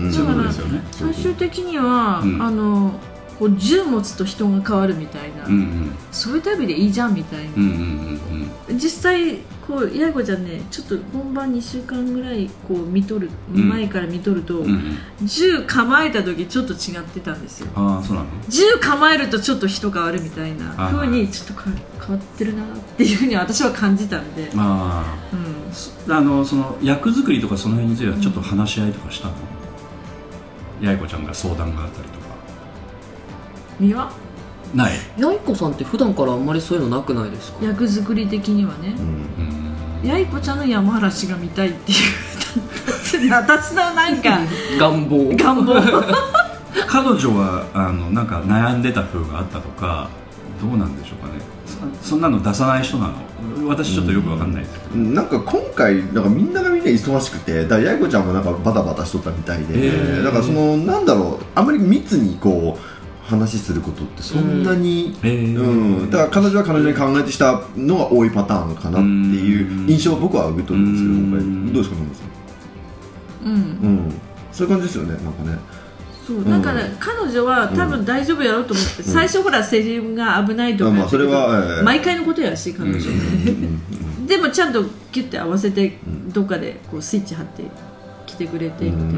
んそういうことですよね最終的には、うんあのこう銃持つと人が変わるみたいな、うんそういう旅でいいじゃんみたいな、うんうんうんうんうん実際こう八重子ちゃんねちょっと本番2週間ぐらいこう見とるん前から見とると、うんうん銃構えた時ちょっと違ってたんですよああそうなの銃構えるとちょっと人変わるみたいなはいはい風にちょっとか変わってるなっていうふうに私は感じたんで、まうんあ、そあのその役作りとかその辺についてはちょっと話し合いとかしたの、八重子ちゃんが相談があったりとか身はないやいこさんって普段からあんまりそういうのなくないですか役作り的にはね、やいこちゃんの山嵐が見たいっていう 私のなんか願望願望彼女はあのなんか悩んでた風があったとかどうなんでしょうかねそそんなの出さない人なの私ちょっとよくわかんないですけど、なんか今回なんかみんながみんな忙しくてだから八重子ちゃんもなんかバタバタしとったみたいで、へーだからそのなんだろうあんまり密にこう話することってそんなに、へーうん、だから彼女は彼女に考えてきたのが多いパターンかなっていう印象を僕は受け取るんですけどうん今回どうですか野村さんうんうんそういう感じですよねなんかねそうだから彼女は多分大丈夫やろうと思って、最初ほらセリフが危ないとかあまあそれはええ毎回のことやし彼女、でもちゃんとキュッて合わせてどっかでこうスイッチ張って来てくれてみたいな、あ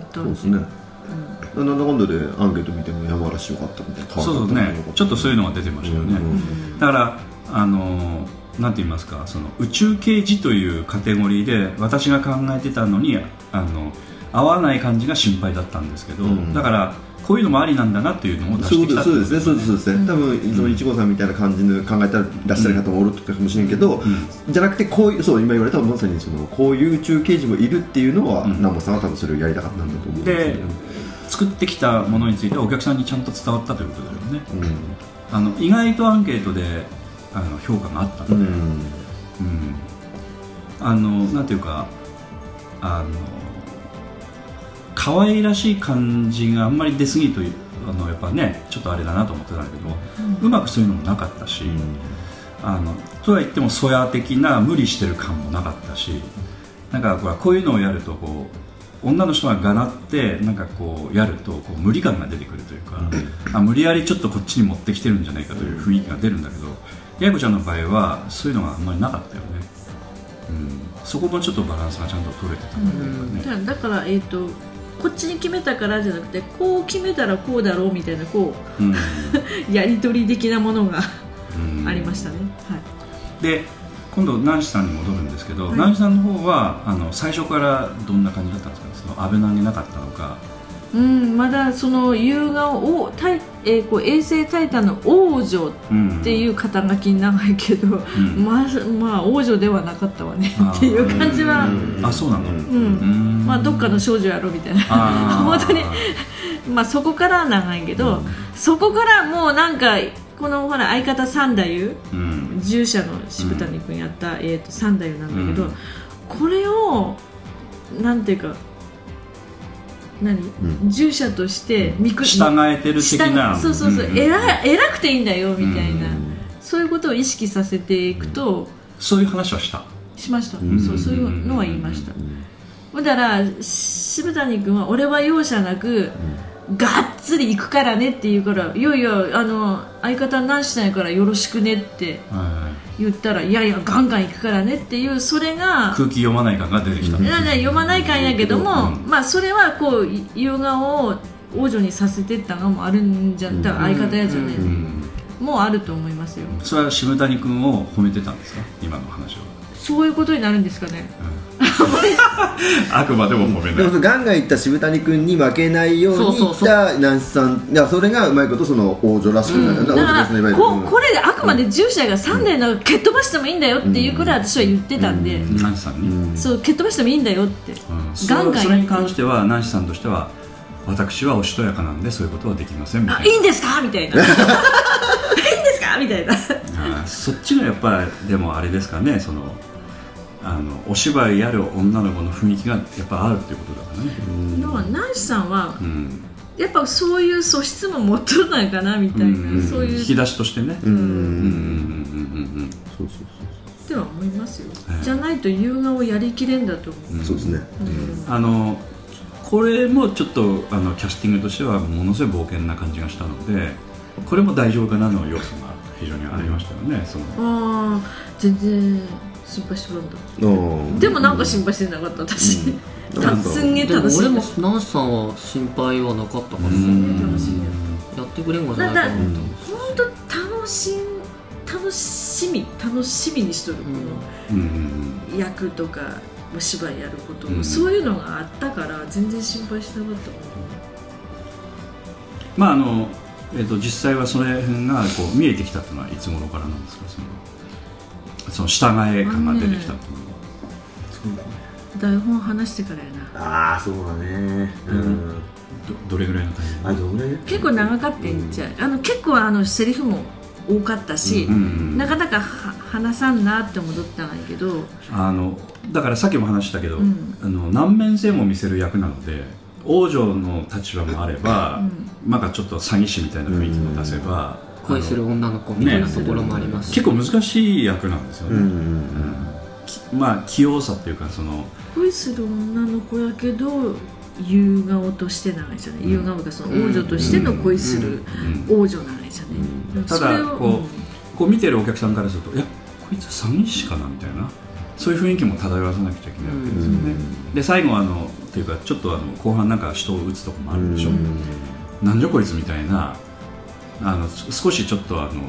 ったそうですね、なんだかんだでアンケート見ても山嵐よかったみたいなそうそうねちょっとそういうのが出てましたよね、だからあのなんて言いますかその宇宙刑事というカテゴリーで私が考えてたのにあの合わない感じが心配だったんですけど、んだからこういうのもありなんだなっていうのを出そうしいてきうことたそうですね、そうですそうですね、多分そのいちごさんみたいな感じの考えてらっしゃる方もおるかもしれんけど、じゃなくてこういうそう今言われたまさにそのこういう宇宙刑事もいるっていうのは、ん南本さんは多分それをやりたかったんだと思うんですでけど、作ってきたものについてお客さんにちゃんと伝わったということだよね、あの意外とアンケートであの評価があったので、うん、うんあのなんていうかあの可愛らしい感じがあんまり出過ぎるというあのやっぱねちょっとあれだなと思ってたんだけど、うまくそういうのもなかったし、あのとはいってもそや的な無理してる感もなかったしなんかこうこういうのをやるとこう女の人ががなってなんかこうやるとこう無理感が出てくるというかあ無理やりちょっとこっちに持ってきてるんじゃないかという雰囲気が出るんだけど八重子ちゃんの場合はそういうのがあんまりなかったよね、うん、そこもちょっとバランスがちゃんと取れてたなというかね、だだからえっ、とこっちに決めたからじゃなくてこう決めたらこうだろうみたいなこうんうやり取り的なものがうんありましたね、はいで今度ナンシさんに戻るんですけど、はいナンシさんの方はあの最初からどんな感じだったんですかその安倍投げなかったのかうん、まだその夕顔をタイ、えーこう衛星タイタンの王女っていう肩書き長いけど、んまあ、まあ王女ではなかったわねあーっていう感じは、うんあそうなの、うんまあ、どっかの少女やろみたいな本 本当にまあそこからは長いけど、そこからもうなんかこのほら相方三太う夫ん従者の渋谷君やった、えー、と三太夫なんだけど、うんこれをなんていうか何、ん従者として見く従えてる的な下そうそうそう、ん偉い偉くていいんだよみたいな、うんそういうことを意識させていくと、そういう話はしたしました、んそうそういうのは言いました、だから渋谷君は俺は容赦なく、がっつり行くからねって言うからいやいやあの相方何しないからよろしくねってはい言ったらいやいやガンガン行くからねっていうそれが空気読まない感が出てきた、なんか読まないかんやけども、まあそれはこう優雅を王女にさせてったのもあるんじゃだから相方やじゃね、うんもうあると思いますよそれは渋谷君を褒めてたんですか今の話は、そういうことになるんですかねあくまでも褒めでなもそいのガンガンいった渋谷君に負けないようそうにいそうっそうた南さんいやそれがうまいことその王女らしくなる、だ王か女らですねいわゆるこうんこれであくまで従者が3年の蹴っ飛ばしてもいいんだよっていうくらい私は言ってたんで、ナンシさんに、そう蹴っ飛ばしてもいいんだよって、そガンガンそれに関してはナンシさんとしては私はおしとやかなんでそういうことはできませんみたあいいいんですかみ たいないいんですかみたいななあーそっちがやっぱりでもあれですかねそのあのお芝居やる女の子の雰囲気がやっぱあるっていうことだからねでもナンシさんはうん、やっぱそういう素質も持っとるのかなみたいな、うんそういう引き出しとしてね、ううんんうんうんうんうんそうそうっては思いますよ、ええじゃないと優雅をやりきれんだと思う、んそうそうですねあのこれもちょっとあのキャスティングとしてはものすごい冒険な感じがしたのでこれも大丈夫かなの要素が非常にありましたよね、そのああ全然心配してたんだうんでもなんか心配してなかった私、なんだろうすんげえでも楽しい俺もナンシさんは心配はなかったからうん楽しいねやってくれんがじゃないかなと思っ本当楽しん楽しみ楽しみにしとる、こうんうんの役とかお芝居やること、うんそういうのがあったから全然心配してなかったまああの、えっと実際はその辺がこう見えてきたというのはいつ頃からなんですかそのその従え感が出てきたというのは、台本話してからやなああそうだねうんどどれぐらいのタイミングあどんぐらい結構長かったんちゃう、あの結構あのセリフも多かったし、うんうんなかなかは話さんなって戻ったんやけどあのだからさっきも話したけど、うんあの難面性も見せる役なので王女の立場もあれば、なんかちょっと詐欺師みたいな雰囲気も出せば、た恋する女の子みたいなところもありますし、結構難しい役なんですようね、んうんきまあ器用さっていうかその恋する女の子やけど優顔として長いじゃね優顔がその王女としての恋する王女長いじゃね、たそれだをこうこう見てるお客さんからするといやこいつ詐欺師かなみたいなそういう雰囲気も漂わさなくちゃいけないわけですよね、で最後はあのっていうかちょっとあの後半なんか人を打つとこもあるでしょ、なんじゃこいつみたいなあのす少しちょっとあのこう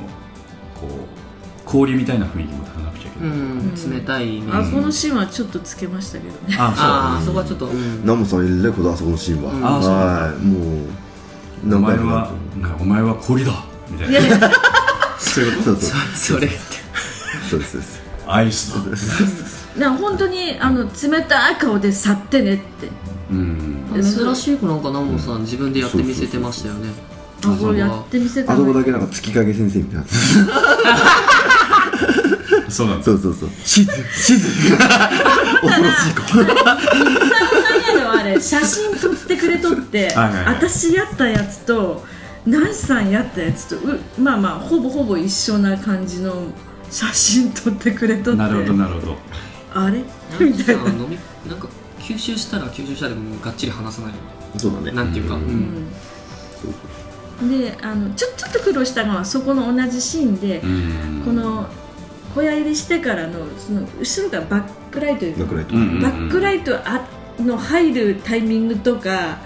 氷みたいな雰囲気も漂わなくちゃいけうない、ん、冷たいイメあージこのシーンはちょっとつけましたけどね あああそそうこはちょっと、うんナモさんえらいことあそこのシーンは、あそうはいもうお何前回もはなお前は氷だみたいいなやいやそういうこそうそうそれってそうですそうですとアイスだな本当にあの冷たい顔で去ってねってうん珍しい子なんかなもさん自分でやってみせてましたよねあこれやってみせたあそこのだけなんか月影先生みたいなそうなんですそうそうそう静静恐ろしい子何やでもあれ写真撮ってくれとって はいはいはい私やったやつとナイスさんやったやつとうまあまあほぼほぼ一緒な感じの写真撮ってくれとってなるほどなるほどあれなんかさ飲みなんか吸収したら吸収したでもうがっちり話さないよそうだねなんていうか、うんうんであのちょちょっと苦労したのはそこの同じシーンで、うんこの小屋入りしてからのその後ろがバックライトいうなくかないとうんうんうんバックライトあの入るタイミングとか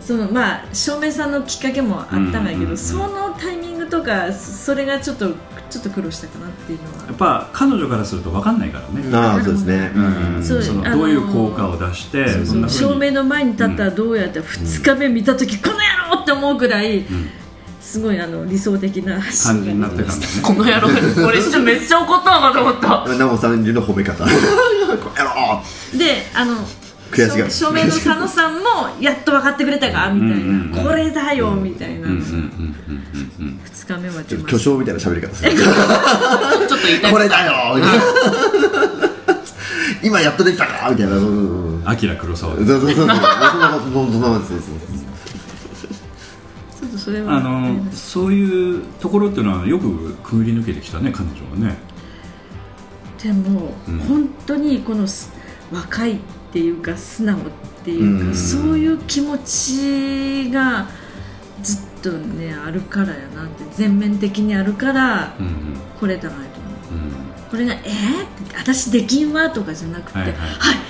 そのまあ照明さんのきっかけもあったんだけど、うんうんうんそのタイミングとかそそれがちょっとちょっと苦労したかなっていうのはやっぱ彼女からすると分かんないからね、ああそうですねうんそうそのあのーどういう効果を出してそうどそんなうふう照に、明の前に立ったらどうやって2日目見た時、この野郎って思うぐらいうんすごいあの理想的な感じになってたんだねこの野郎俺一瞬めっちゃ怒ったのかと思ったナモさん流の褒め方こうやろうであの悔しがる照明の佐野さんもやっと分かってくれたかみたいな、うんうんうんこれだよみたいな、うんうんうん2うんうん日目まちでょっと待巨匠ってみたいな喋り方するちょっと言いた いこれだよみたいな 今やっとできたかみたいなうんうんうんうんアキラ黒沢そうそうそうそうそんなことそんなことそうそうそうちょっとそれはあのそういうところっていうのはよくくぐり抜けてきたね彼女はねでも、うん本当にこのす若いっていうか素直っていうか、うんそういう気持ちがずっとねあるからやなって全面的にあるからうんうんこれだないと思ううんこれが「えー、って私できんわ」とかじゃなくて「ははいい、は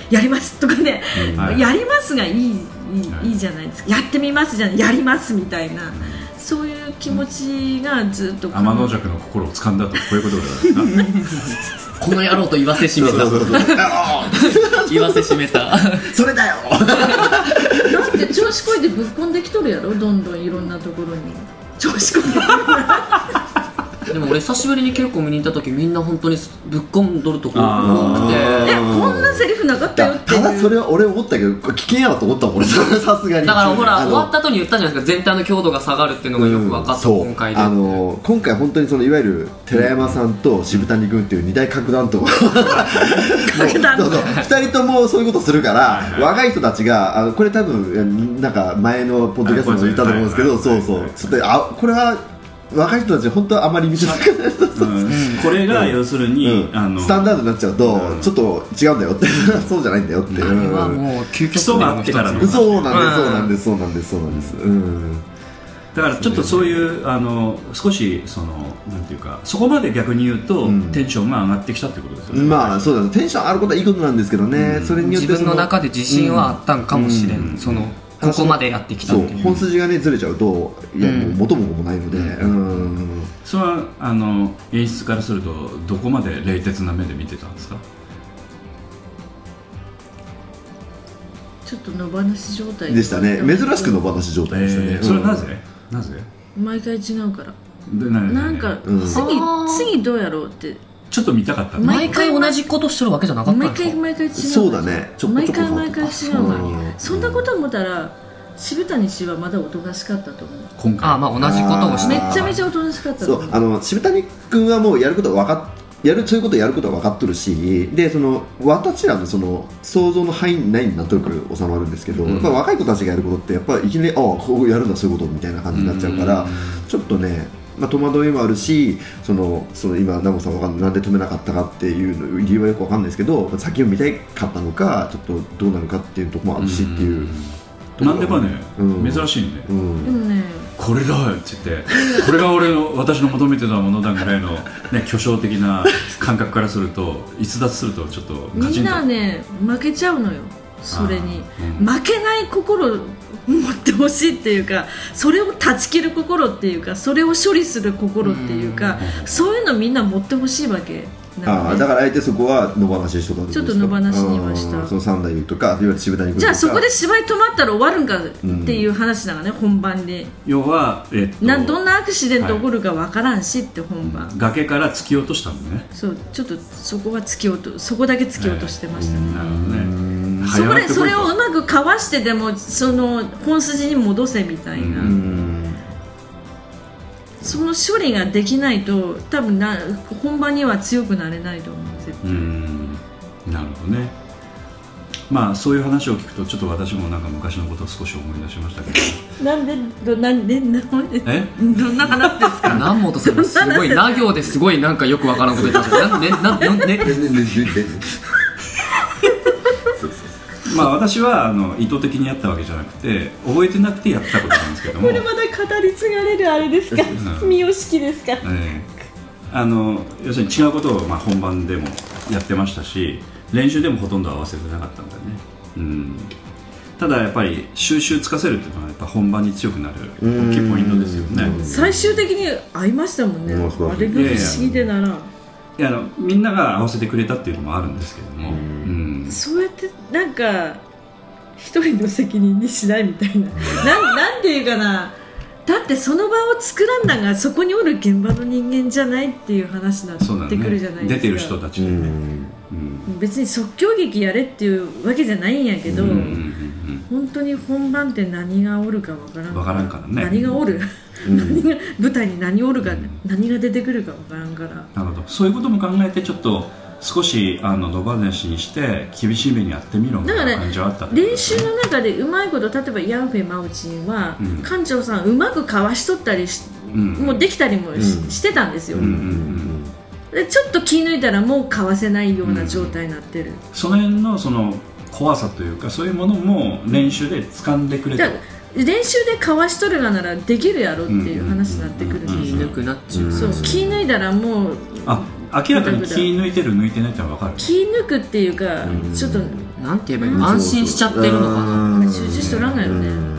いやります」とかね、うんはいやります」がいいいい,、はいい、いじゃないですか「やってみます」じゃない「やります」みたいな、そういう気持ちがずっと天の弱の心を掴んだとこういうことだから なこの野郎と言わせしめたそうそうそうやろ言わせしめたうそれだよだって調子こいてぶっこんできとるやろどんどんいろんなところに調子こいてでも俺久しぶりに稽古見に行った時みんな本当にぶっこんどるとこあ多くてえこんなセリフなかったよだっていただそうれは俺思ったけどこれ危険やわと思ったもん俺さすがにだからほらあの終わった後に言ったじゃないですか全体の強度が下がるっていうのがよく分かった、そう今回であの今回本当にそのいわゆる寺山さんと渋谷君っていう二大核弾頭核弾頭そうそう二人ともそういうことするから若い人たちがあのこれ多分なんか前のポッドキャストでも言ったと思うんですけはどいはいそはういそうちょっとあこれは若い人たち本当はあまり見せなくなるうんこれが要するに、あのスタンダードになっちゃうと、ちょっと違うんだよって そうじゃないんだよって、あれはもう究基礎極があってからの話そうなんですそうなんですそうなんですそうなんですうんだからちょっとそういうあの少しそのなんていうかそこまで逆に言うと、んテンションが上がってきたってことですよね、まあそうだねテンションあることはいいことなんですけどね、それによって自そ分の中で自信はあったんかもしれん、うんそのここまでやってきたそっうていう本筋がねずれちゃうといやもう元も子もないのでうんそれはあの演出からするとどこまで冷徹な目で見てたんですかちょっと野放し状態でしたね珍しくの話状態でしたね、えーそれはなぜ、なぜ毎回違うからでななんかうん次あー次どうやろうってちょっと見たかったねま毎回同じことしてるわけじゃなかったの毎回毎回違うそうだねちょこち毎ょこ回毎回違うからうんそんなこと思ったら渋谷氏はまだおとなしかったと思う今回ああまあ同じことをしてめるっちゃめちゃおとなしかったそと思ううあの渋谷君はもうやることは分かっやるそういうことやることは分かっとるしでその私らのその想像の範囲内になんとなく収まるんですけど、うんやっぱ若い子たちがやることってやっぱいきなりああこうやるんだそういうことみたいな感じになっちゃうから、ちょっとね、まあ、戸惑いもあるしそのその今奈緒さんわかんなんで止めなかったかっていうの理由はよく分かんないですけど先を見たかったのかちょっとどうなるかっていうところもあるしっていう、うんなんでかね、うん珍しいね、うんでもねこれだって言ってこれが俺の私の求めてたものだぐらいの、ね、巨匠的な感覚からすると逸脱するとちょっとガみチんンとなね負けちゃうのよそれにあーうん負けない心を持ってほしいっていうかそれを断ち切る心っていうかそれを処理する心っていうかそういうのみんな持ってほしいわけあなあのだねからあえてそこは野放しにしとったちょっと野放しにはしたうんその三太夫とかいわゆる渋谷君とかじゃあそこで芝居止まったら終わるんかっていう話だからね本番で要は、えっと、などんなアクシデント起こるかわからんしって本番、崖から突き落としたんだねそうちょっとそこは突き落とそこだけ突き落としてましたね、なるほどねそこ早でくそ来いれとをうまくかわしてでもその本筋に戻せみたいな、うんその処理ができないと多分な本番には強くなれないと思う絶う対、んなるほどねまあそういう話を聞くとちょっと私もなんか昔のことを少し思い出しました けどなんでどなんでなんでえどんな話ですか南本さんがすごいな行ですごいなんかよくわからんこと言ってましたなんでなんでなんでねねねねねまあ私はあの意図的にやったわけじゃなくて覚えてなくてやったことなんですけ ども、えまだ語り継がれるあれですかうん三好式ですかえあの要するに違うことをまあ本番でもやってましたし練習でもほとんど合わせてなかったんだよね、うん、ただやっぱり収集つかせるっていうのはやっぱ本番に強くなる大きいポイントですよね最終的に会いましたもんねうんそうあれが不思議でならんいやあのみんなが合わせてくれたっていうのもあるんですけども、うんそうやってなんか一人の責任にしないみたいななんなんていうかなだってその場を作らんだがそこにおる現場の人間じゃないっていう話になそうなっんてだくるねじゃないですか、出てる人たちうでね、んうん別に即興劇やれっていうわけじゃないんやけど、うんうんうん本当に本番って何がおるかわからんわからんからね何がおる、ん何が舞台に何おるか、うん何が出てくるかわからんからなるほどそういうことも考えてちょっと少しあの野放しにして厳しい目にやってみろみたいな感じはあったってこと練です習ねの中でうまいこと例えばヤンフェ・マウチンは、うん館長さんうまくかわしとったりし、んもうできたりもし,、うんてたんですよ、うんうんうんでちょっと気抜いたらもうかわせないような状態になってる、その辺のその怖さというかそういうものも練習で掴んでくれだたから練習でかわしとるがならできるやろっていう話になってくるん気ですよ、抜くなっちゅうそう気抜いたらもうあ明らかに気抜いてる抜いてないってのは分かる気抜くっていうか、うんちょっとなんて言えばいいの安心しちゃってるのかなまあ集中しとらんがよねうん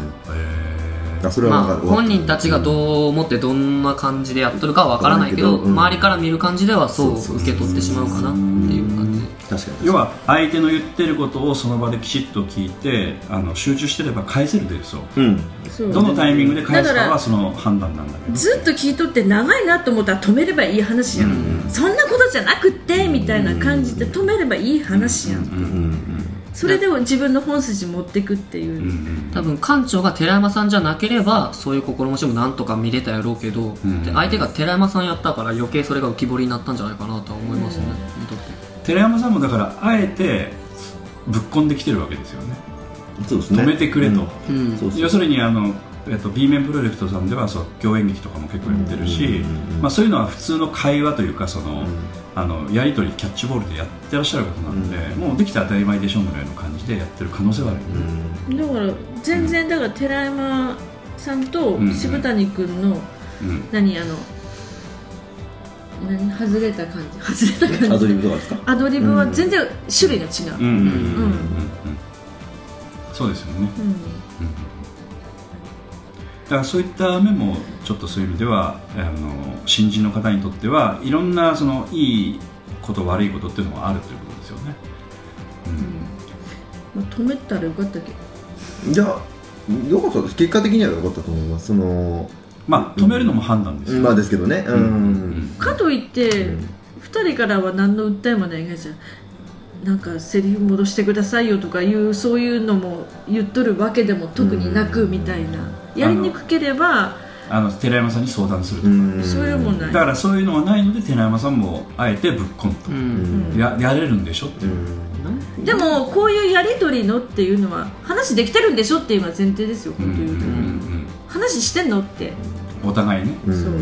へあそれはまなあんか本人たちがどう思ってどんな感じでやっとるかはわからないけわどからないけどうん周りから見る感じではそそううそうそう受け取ってしまうかなっていう感じ確かにー要は相手の言ってることをその場できちっと聞いてあの集中してれば返せるですようんそうどのタイミングで返すだかからはその判断なんだけどずっと聞いとって長いなと思ったら止めればいい話やん、そんなことじゃなくってみたいな感じで止めればいい話やん、それで自分の本筋持ってくっていう、多分館長が寺山さんじゃなければそういう心持ちもなんとか見れたやろうけど、んで相手が寺山さんやったから余計それが浮き彫りになったんじゃないかなとは思いますね、見とって寺山さんもだからあえてぶっこんできてるわけですよねそうですね止めてくれと、うんそうそう要するにあの、えっと、B 面プロジェクトさんでは即興演劇とかも結構やってるし、まあ、そういうのは普通の会話というかその、あのやり取りキャッチボールでやってらっしゃることなんで、もうできたら当たり前でしょぐらいの感じでやってる可能性はあるよね、だから全然だから寺山さんとん渋谷君の、うん何あの何外れた感じ外れたア感ドじリブとかですかアドリブは全然種類が違うんうう、んうんうんうんうんそうですよねうんだからそういった面もちょっとそういう意味ではあの新人の方にとってはいろんなそのいいこと悪いことっていうのがあるということですよね、まあ、止めたらよかったけどいやよかったです結果的には良かったと思いますそのまあ止めるのも判断ですよ、まあですけどねううんんかといって、二人からは何の訴えもないがじゃんなんかセリフ戻してくださいよとかいうそういうのも言っとるわけでも特になくみたいなやりにくければあの寺山さんに相談するとうか、んそういうもんないだからそういうのはないので寺山さんもあえてぶっこんと、うんややれるんでしょっていう、でもこういうやり取りのっていうのは話できてるんでしょっていうのは前提ですようん本当言うと、うん話してんのってうんお互いねうんそう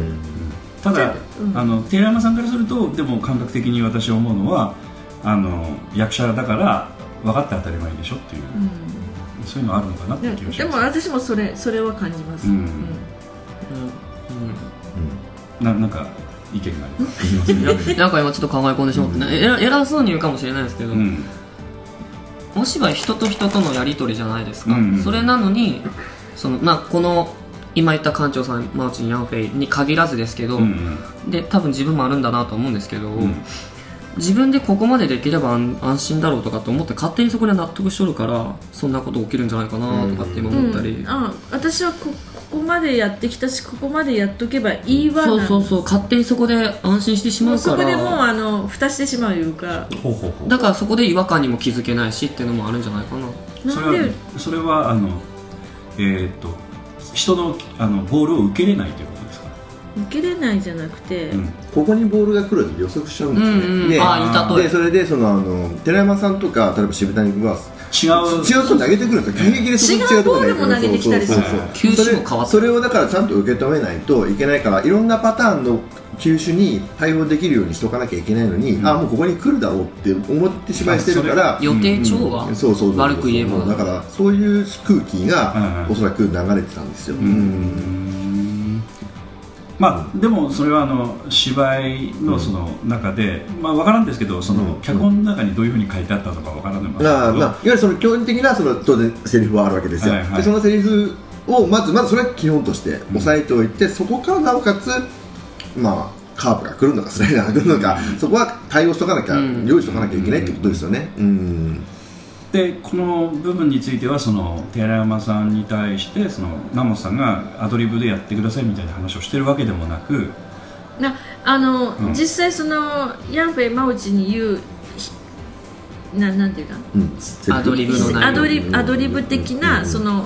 ただ、うんあの寺山さんからするとでも感覚的に私思うのはあの役者だから分かって当たり前でしょっていう、そういうのあるのかなってで気がしでもます私もそれそれは感じます、うんうななんか意見があるんいや なんか今ちょっと考え込んでしまってね、えら偉そうに言うかもしれないですけど、うんお芝居人と人とのやり取りじゃないですか、うんうんそれなのにその、まあ、この今言った館長さんマウチン・ヤンフェイに限らずですけど、うんうんで多分自分もあるんだなと思うんですけど、ん自分でここまでできれば安安心だろうとかと思って勝手にそこで納得しとるからそんなこと起きるんじゃないかなとかって今うん思ったり、あ私はこここまでやってきたしここまでやっとけばいいわそうそうなんそう勝手にそこで安心してしもまううかそこでもうらあの蓋してしまういうかほうほうほうだからそこで違和感にも気づけないしっていうのもあるんじゃないかななそんれはでそれはあのえーっと人のあのボールを受けれないということですか、受けれないじゃなくて、うんここにボールが来るって予測しちゃうんですうんうねんであーいい例えでそれでそのあの寺山さんとか例えば渋谷君は違う違うとこ投げてくるんですよ急激でそこ違うボールも投げてきたりすそるうそうそう球種も変わったそれそれをだからちゃんと受け止めないといけないからいろんなパターンの球種に対応できるようにしとかなきゃいけないのに、あもうここに来るだろうって思ってしまいしてるから予定調和、そうそうそう悪く言えばだからそういう空気がうんおそらく流れてたんですよ、まあ、でもそれはあの芝居のその中で、まあ、分からんですけどそのうん脚本の中にどういうふうに書いてあったのか分からないんですけど、なあまあ、いわゆるその基本的なその当然セリフはあるわけですよ、はいはいでそのセリフをまずまずそれは基本として押さえておいて、そこからなおかつまあカーブが来るのかスライダーが来るのか、そこは対応しとかなきゃ、うん用意しとかなきゃいけないってことですよねうん、でこの部分についてはその寺山さんに対してその南本さんがアドリブでやってくださいみたいな話をしてるわけでもなく、なあの、うん実際そのヤンフェイマウチに言うひななんていうかうんアドリブの内容アドリブアドリブ的なその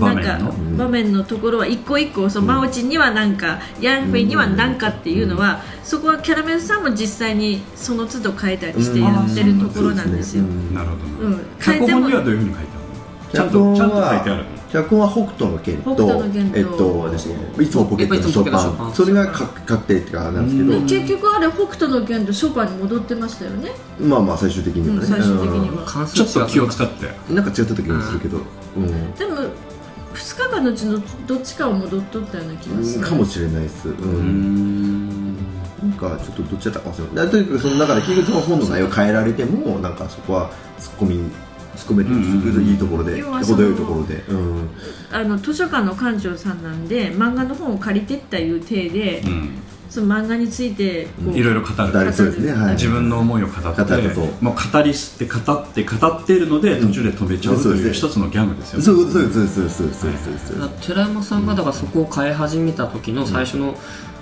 場なん面のか場面のところは一個一個そのマオチにはなんかヤンフェイにはなんかっていうのはそこはキャラメルさんも実際にその都度変えたりしてやってるところなんですよ。なるほど、うん、変脚えて本にはもどういうふうに書いてあるのちゃんとちゃんと書いてある脚本は北斗の剣と北斗の拳とえっとですねいつもポケットのショやっぱいつもポパケットのショパンンそれがか勝手っていうかなんですけど、結局あれ北斗の拳とショパンに戻ってましたよね。まあまあ最終的にはね、うん最終的には関数ちょっと気を違使ってうんなんか違った気もするけど、うんでも2日間のうちのどっちかを戻っとったような気がすうんる。かもしれないです、うんうんなんかちょっとどっちだったか忘れないとにかくその中で結局その本の内容変えられてもなんかそこはツッコミ突っ込めるうんいいところで要はその程よいところで、うん、あの図書館の館長さんなんで漫画の本を借りてったいう体で、その漫画についてこういろいろ語だるいそうですねはい自分の思いを語って語るそうもう語りすって語って語っているので途中で止めちゃうとそういでうす一ねつのギャグですよねそういうことそうですそうですそうですそうですそうですそうです寺山さんがだからそこを変え始めた時の最初うの、ん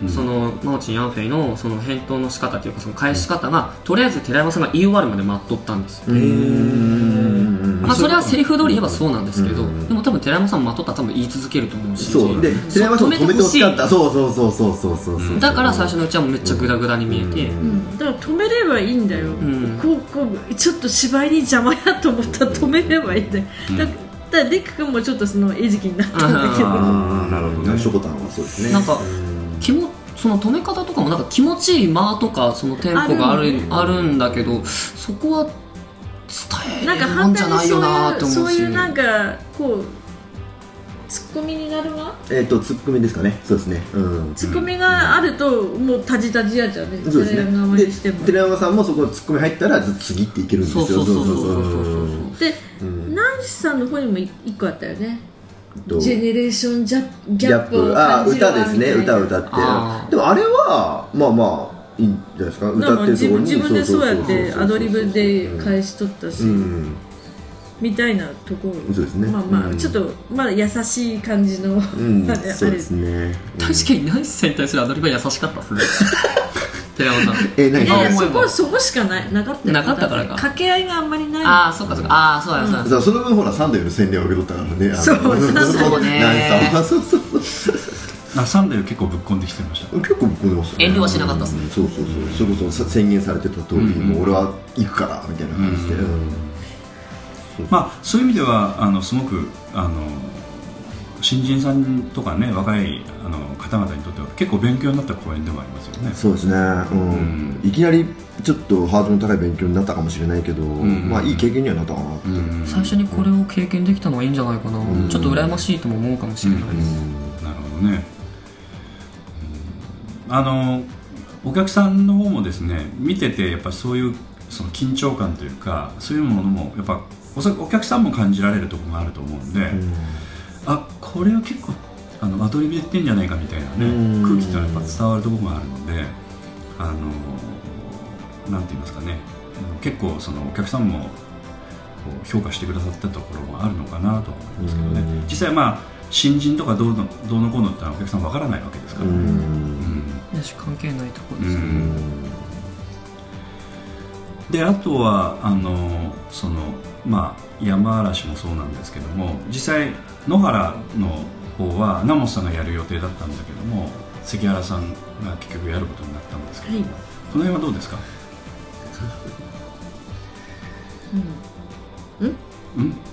そのマオチン・ヤンフェイのその返答の仕方というかその返し方が、とりあえず寺山さんが言い終わるまで待っとったんですよ、うーんまあ、それはセリフ通り言えばそうなんですけど、うんでも多分寺山さん待っとったら多分言い続けると思うしそうでう寺山さんを止めてほしかった止めてほそうそうそうそうそうそうそうだから最初のうちはもうめっちゃグダグダに見えて、 うんだから止めればいいんだよ、んこうこうちょっと芝居に邪魔やと思ったら止めればいいんだよ、だだからデック君もちょっとその餌食になったんだけどあーなるほどねショコタンはそうですねなんか気もその止め方とかもなんか気持ちいい間とかそのテンポがあるあるんだけどそこは伝えなんかるも反んじ対ゃにないそようないとう思そううしいうなんかこうツッコミになるわえっとツッコミですかねそうですねうんツッコミがあるともうタジタジやじゃんね、そうですテレビの名ね前にしてでも寺山さんもそこツッコミ入ったら次っていけるんですそようそうそうそうそうそうそううんで、ナンシさんの方にもい一個あったよねとジェネレーションジャッギギャャッッププをあ感じるわ歌ですみたねいな歌を歌ってあーでもあれはまあまあいいんじゃないですかなん歌かってると自ころ分に自分でそうやってアドリブでえ返しとったし、うんみたいなところそうですねまあまあ、うんちょっとまあ優しい感じの、うんあれそうですね確かにナイスさんに対するアドリブは優しかった ですね寺山さんえ何いやいやあ思そえこばそこしかないなかったよなかったからか掛け合いがあんまりないああそうかそうかああそうやそうやさあその分ほらサンデーの洗礼を受け取ったからねあのそうそうねナイさんはそうそうそうあサンデー結構ぶっ込んできてました結構ぶっ込んでましたね遠慮はしなかったっすねうんそうそうそうそれこそさ宣言されてた通りもう俺は行くからみたいな感じでうんまあ、そういう意味ではあのすごくあの新人さんとかね若いあの方々にとっては結構勉強になった公演でもありますよねそうですね、うんんいきなりちょっとハードルの高い勉強になったかもしれないけど、んまあいい経験にはなったかなって、うん最初にこれを経験できたのはいいんじゃないかな、ちょっと羨ましいとも思うかもしれないです、なるほどね、うんあのお客さんの方もですね見ててやっぱそういうその緊張感というかそういうものもやっぱおそらくお客さんも感じられるところがあると思うんで、あこれは結構あのアドリブで言ってんじゃないかみたいなね、うん空気ってのはやっぱ伝わるところがあるのであのなんて言いますかねあの結構そのお客さんもこう評価してくださったところもあるのかなとは思いますけどね、うん実際まあ新人とかどうのどうのこうのってのはお客さんわからないわけですから、ううんんよし関係ないところうです、ねんであとはあのそのまあ山嵐もそうなんですけども実際野原の方は南本さんがやる予定だったんだけども関原さんが結局やることになったんですけど、はいこの辺はどうですかん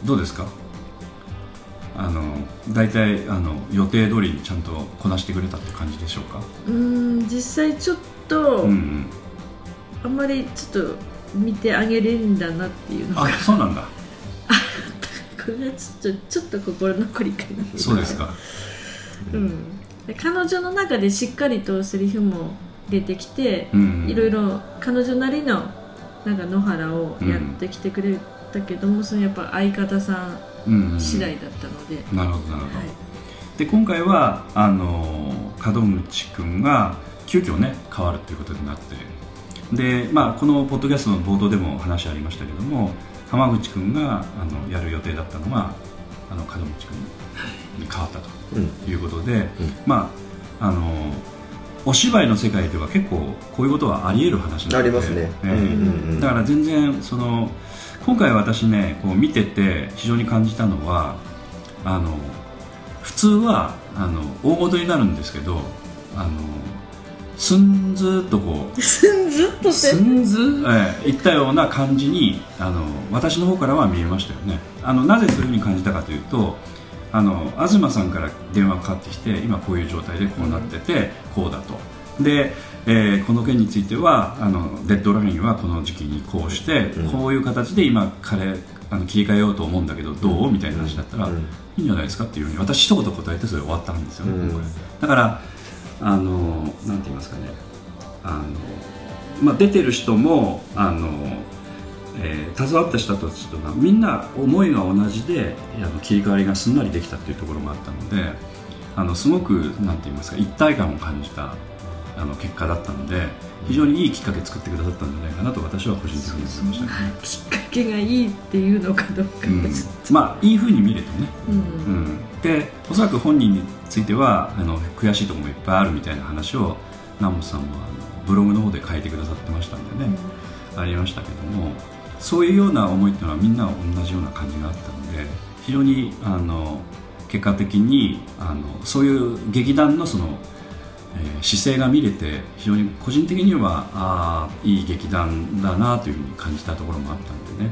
どうですかあの大体あの予定通りにちゃんとこなしてくれたって感じでしょうかうん実際ちょっと、うんうんあんまりちょっと見てあげれんだなっていうのがあそうなんだこれはちょっとちょっと心残りかなそうですかうん、で彼女の中でしっかりとセリフも出てきて、うん いろいろ彼女なりのなんか野原をやってきてくれたけども、そのやっぱ相方さうんうんん次第だったので、なるほどなるほど、はいで今回はあのー門口君が急遽ね変わるということになってで、まあ、このポッドキャストの冒頭でも話ありましたけども浜口君があのやる予定だったのがあの門口君に変わったということで、まああのーお芝居の世界では結構こういうことはあり得る話なのあでりますね、えうんえうんうんだから全然その今回私ねこう見てて非常に感じたのはあの普通はあの大ごとになるんですけどあのすんずーっとこう、ずっとすんずええ、いったような感じにあの私の方からは見えましたよねあのなぜそういうふうに感じたかというとあの東さんから電話がかかってきて今こういう状態でこうなってて、こうだとで、えーこの件についてはあのデッドラインはこの時期にこうして、こういう形で今彼あの切り替えようと思うんだけどどうみたいな話だったら、うんいいんじゃないですかっていうふうに私一言答えてそれ終わったんですよね、うんこれだからあのなんて言いますかねあの、まあ、出てる人もあの、えー携わった人たちとかみんな思いが同じであの切り替わりがすんなりできたっていうところもあったのであのすごくなんて言いますか一体感を感じたあの結果だったので非常にいいきっかけ作ってくださったんじゃないかなと私は個人的に思いましたね。きっかけがいいっていうのかどうか、うんまあいいふうに見れてねうんうん、でおそらく本人についてはあの悔しいところもいっぱいあるみたいな話を南本さんはあのブログの方で書いてくださってましたんでね、ありましたけどもそういうような思いっていうのはみんな同じような感じがあったので非常にあの結果的にあのそういう劇団のその、えー姿勢が見れて非常に個人的にはああいい劇団だなというふうに感じたところもあったんでね。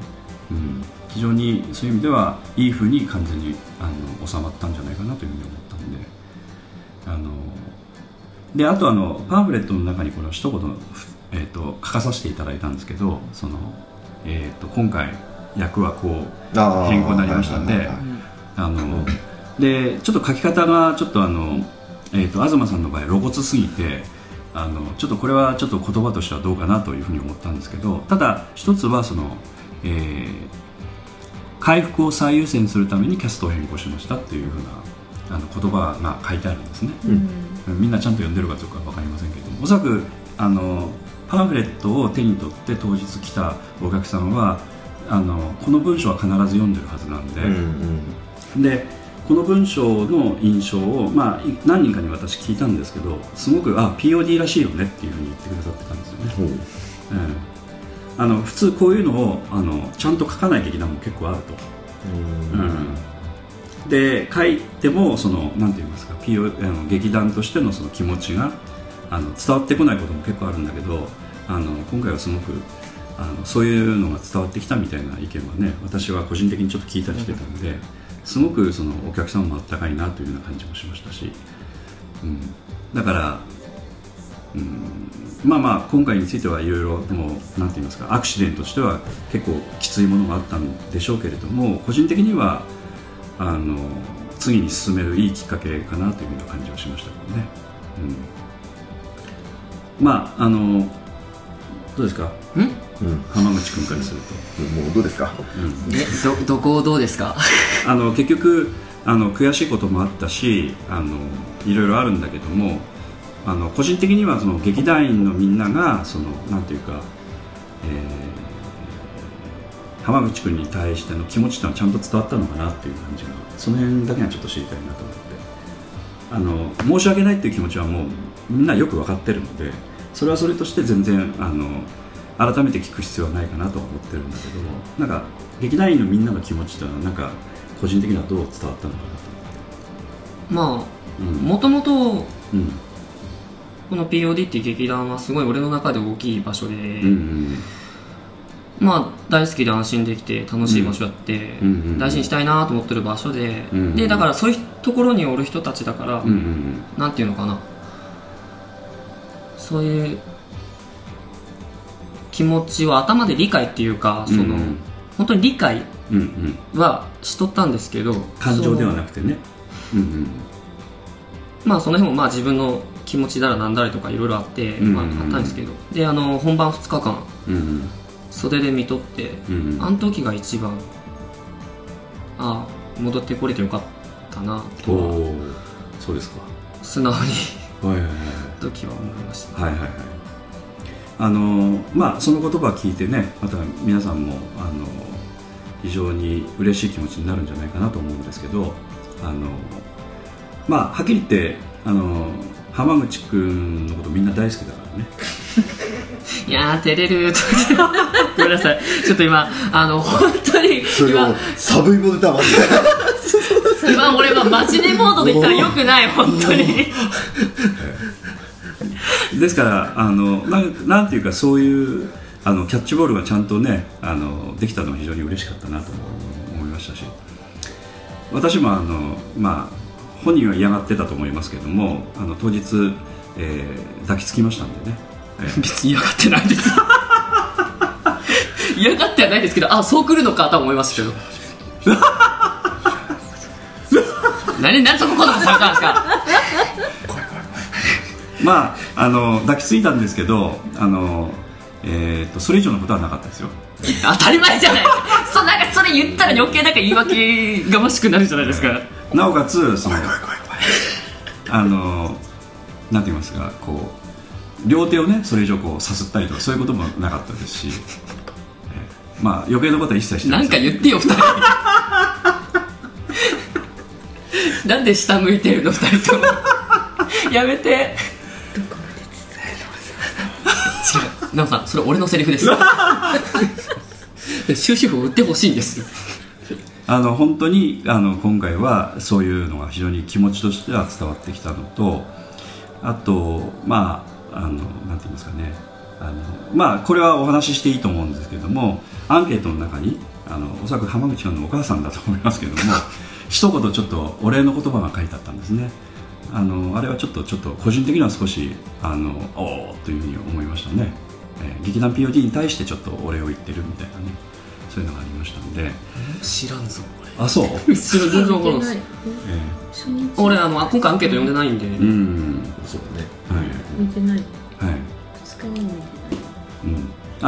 うん非常にそういう意味ではいいふうに完全にあの収まったんじゃないかなというふうに思ったんであのであとあのパンフレットの中にこれを一言、えー、と書かさせていただいたんですけどその、えー、と今回役はこうあー変更になりましたんはいはいではいはいあのでちょっと書き方がちょっとあの、えー、と東さんの場合露骨すぎてあのちょっとこれはちょっと言葉としてはどうかなというふうに思ったんですけどただ一つはその、えー回復を最優先するためにキャストを変更しましたっていうふうなあの言葉が書いてあるんですね、みんなちゃんと読んでるかどうか分かりませんけれどもおそらくあのパンフレットを手に取って当日来たお客さんはあのこの文章は必ず読んでるはずなんで、うんうんでこの文章の印象を、まあ、い何人かに私聞いたんですけどすごくあ POD らしいよねっていうふうに言ってくださってたんですよね、うんうん、あの普通こういうのをあのちゃんと書かない劇団も結構あると、うん、で書いてもそのなんて言いますか、PO、あの劇団としてのその気持ちがあの伝わってこないことも結構あるんだけどあの今回はすごくあのそういうのが伝わってきたみたいな意見はね私は個人的にちょっと聞いたりしてたんですごくそのお客さんもあったかいなというような感じもしましたし、うん、だからまあまあ今回についてはいろいろでもなんて言いますかアクシデントとしては結構きついものがあったんでしょうけれども個人的にはあの次に進めるいいきっかけかなというような感じはしましたけどね、うん、まああのどうですかんん浜口君からするともうどうですかでどどこをどうですかあの結局あの悔しいこともあったしあのいろいろあるんだけどもあの個人的にはその劇団員のみんながそのなんていうか、えー浜口君に対しての気持ちってのはちゃんと伝わったのかなっていう感じがその辺だけはちょっと知りたいなと思ってあの申し訳ないっていう気持ちはもうみんなよく分かってるのでそれはそれとして全然あの改めて聞く必要はないかなとは思ってるんだけどもなんか劇団員のみんなの気持ちというのはなんか個人的にはどう伝わったのかまなとあ思ってもともとうんうんこの POD っていう劇団はすごい俺の中で大きい場所で、うんまあ大好きで安心できて楽しい場所やって、うんうんうんうん大事にしたいなと思ってる場所で、うんうんでだからそういうところにおる人たちだから、うんうんなんていうのかなそういう気持ちを頭で理解っていうかその、うんうん本当に理解うんうんうんはしとったんですけど感情ではくなくてねうんうんまあその辺もまあ自分の気持ちだらなんだらとかいろいろあって、うんまあ、あったんですけどであの本番2日間うん袖で見とって、うんうんあの時が一番ああ戻ってこれてよかったなおとはおーそうですか素直にはいはいはい時は思いましたはいはいはいあのーまあその言葉を聞いてねまた皆さんもあのー非常に嬉しい気持ちになるんじゃないかなと思うんですけどあのーまあはっきり言ってあのー浜口くんのことみんな大好きだからねいやー照れるちょっとごめんなさいちょっと今あの本当にそれ今をサブイボでたまに今俺は真面目モードで言ったらよくない本当にですからあのなんなんていうかそういうあのキャッチボールがちゃんとねあのできたのは非常に嬉しかったなと思いましたし私もあの、まあ、本人は嫌がってたと思いますけどもあの当日、えー抱きつきましたんでね、えー 別に嫌がってないです嫌がってはないですけどあそう来るのかとは思いますけど何何そここそこされたんですかまああの抱きついたんですけどあの、えーとそれ以上のことはなかったですよ当たり前じゃないそうなんかそれ言ったら余計なんか言い訳がましくなるじゃないですかなおかつそのあのなんて言いますかこう両手をねそれ以上こうさすったりとかそういうこともなかったですし、えまあ余計なことは一切してまなせんんか言ってよ 二人なんで下向いてるの二人ともやめて違う奈緒さんそれ俺のセリフ です終止符を打ってほしいんですあの本当にあの今回はそういうのが非常に気持ちとしては伝わってきたのとあとまああのなんて言いますかねあのまあこれはお話ししていいと思うんですけどもアンケートの中にあのおそらく浜口さんのお母さんだと思いますけども 一言ちょっとお礼の言葉が書いてあったんですねあのあれはちょっとちょっと個人的には少しあのおおというふうに思いましたね、えー劇団 POD に対してちょっとお礼を言ってるみたいなねそういうのがありましたんで知らんぞあそう俺それ全然わからんすえ初日俺あの今回アンケート読んでないんで、えうんそうだねはい見てないはい、 2日目も見てな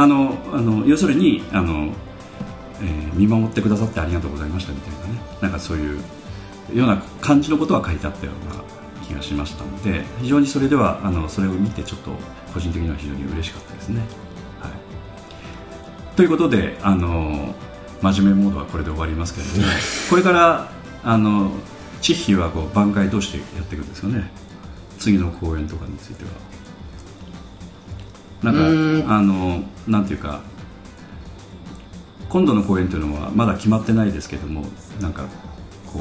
うん、いあのあの要するにあの、えー見守ってくださってありがとうございましたみたいなねなんかそういうような感じのことは書いてあったような気がしましたので非常にそれではあのそれを見てちょっと個人的には非常に嬉しかったですね。はい、ということであの真面目モードはこれで終わりますけれどもこれからあのチッヒはこう挽回どうしてやっていくんですかね次の公演とかについては。なんかうーんあのなんていうか今度の公演というのはまだ決まってないですけどもなんかこ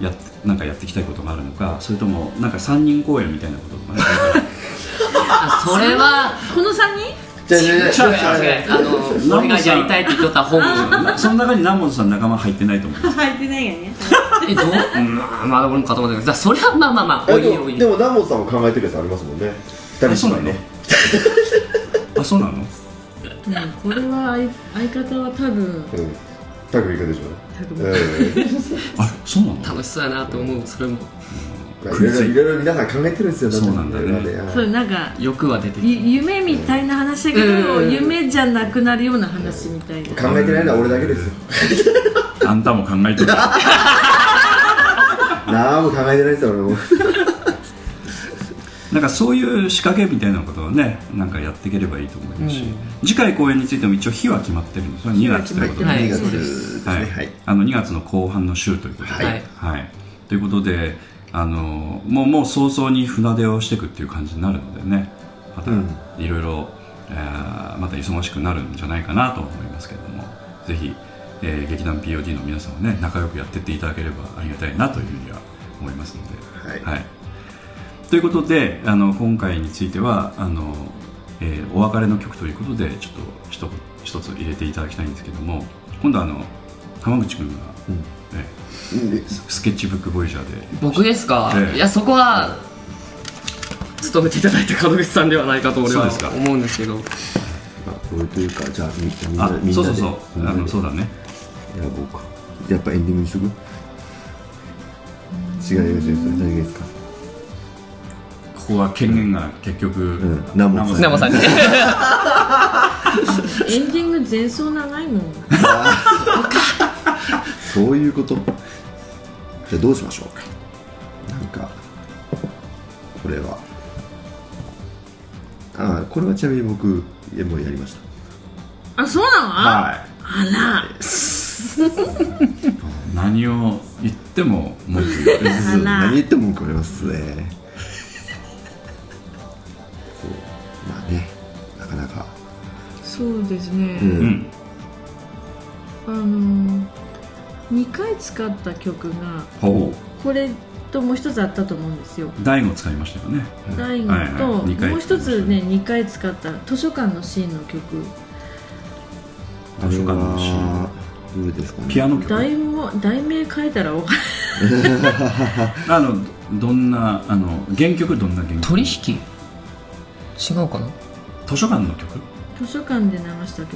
うやっなんかやっていきたいことがあるのかそれともなんか3人公演みたいなこととかね あそれはこの3人じゃあじゃあじゃあじゃあじゃ違うあの俺がやりたいって言っとっ た本をなその中に南本さん仲間入ってないと思うんです入ってないよねえどう、うん、まあ俺も固まってないだからそれはまあまあまああおいでおもいでも南本さんも考えてるやつありますもんね二人芝居ねあそうなの うんこれは相相方は多分うんタグいくでしょ多分うあそうなの楽しそうやなと思うそれもんいろいろいろいろ皆さん考えてるんですよそうなんだねいろいろそうなんか欲は出てきゆ夢みたいな話だけど、うん夢じゃなくなるような話みたいな、考えてないのは俺だけですよあんたも考えてる何も考えてないですよ俺もなんかそういう仕掛けみたいなことをねなんかやっていければいいと思いますし、次回公演についても一応日は決まってるんですよ2月ということで、は2いそう月でですすはねいはいあの2月の後半の週ということで、はいはいということであのもうもう早々に船出をしていくっていう感じになるのでねまたうんいろいろ、えーまた忙しくなるんじゃないかなと思いますけれどもぜひ、えー劇団 POD の皆さんはね仲良くやってっていただければありがたいなというふうには思いますので。はいということであの今回についてはあの、えーお別れの曲ということでちょっと一言一つ入れていただきたいんですけども今度あの浜口君が、うんえでえススケッチブックボイジャーで僕ですか、ええいやそこは勤めていただいた門口さんではないかと俺そはうですか思うんですけどまあこれというかじゃあみみんなあみんなでそうそうそうみんあなでのそうだねやろうかやっぱエンディングにしとく違いますよそれ大丈夫ですかここは権限が結局、ん南本さ船山さんにエンディング前奏長いもんそういうことじゃあどうしましょうなんかこれはああこれはちなみに僕えもうやりましあそうなの、たはいあら何を言っても文句言うあら何言っても文句ありますねそうまあねなかなかそうですね、うん、うんあの2回使った曲がほこれともう一つあったと思うんですよう大悟使いましたよね第はい2はとい二回もう一つね2回使った図書館のシーンの曲図書館のシーンあれはどれですかねピアノ曲題も題名書いたらわかあのどんなあの原曲どんな原曲取引違うかな図書館の曲る図書館で流した曲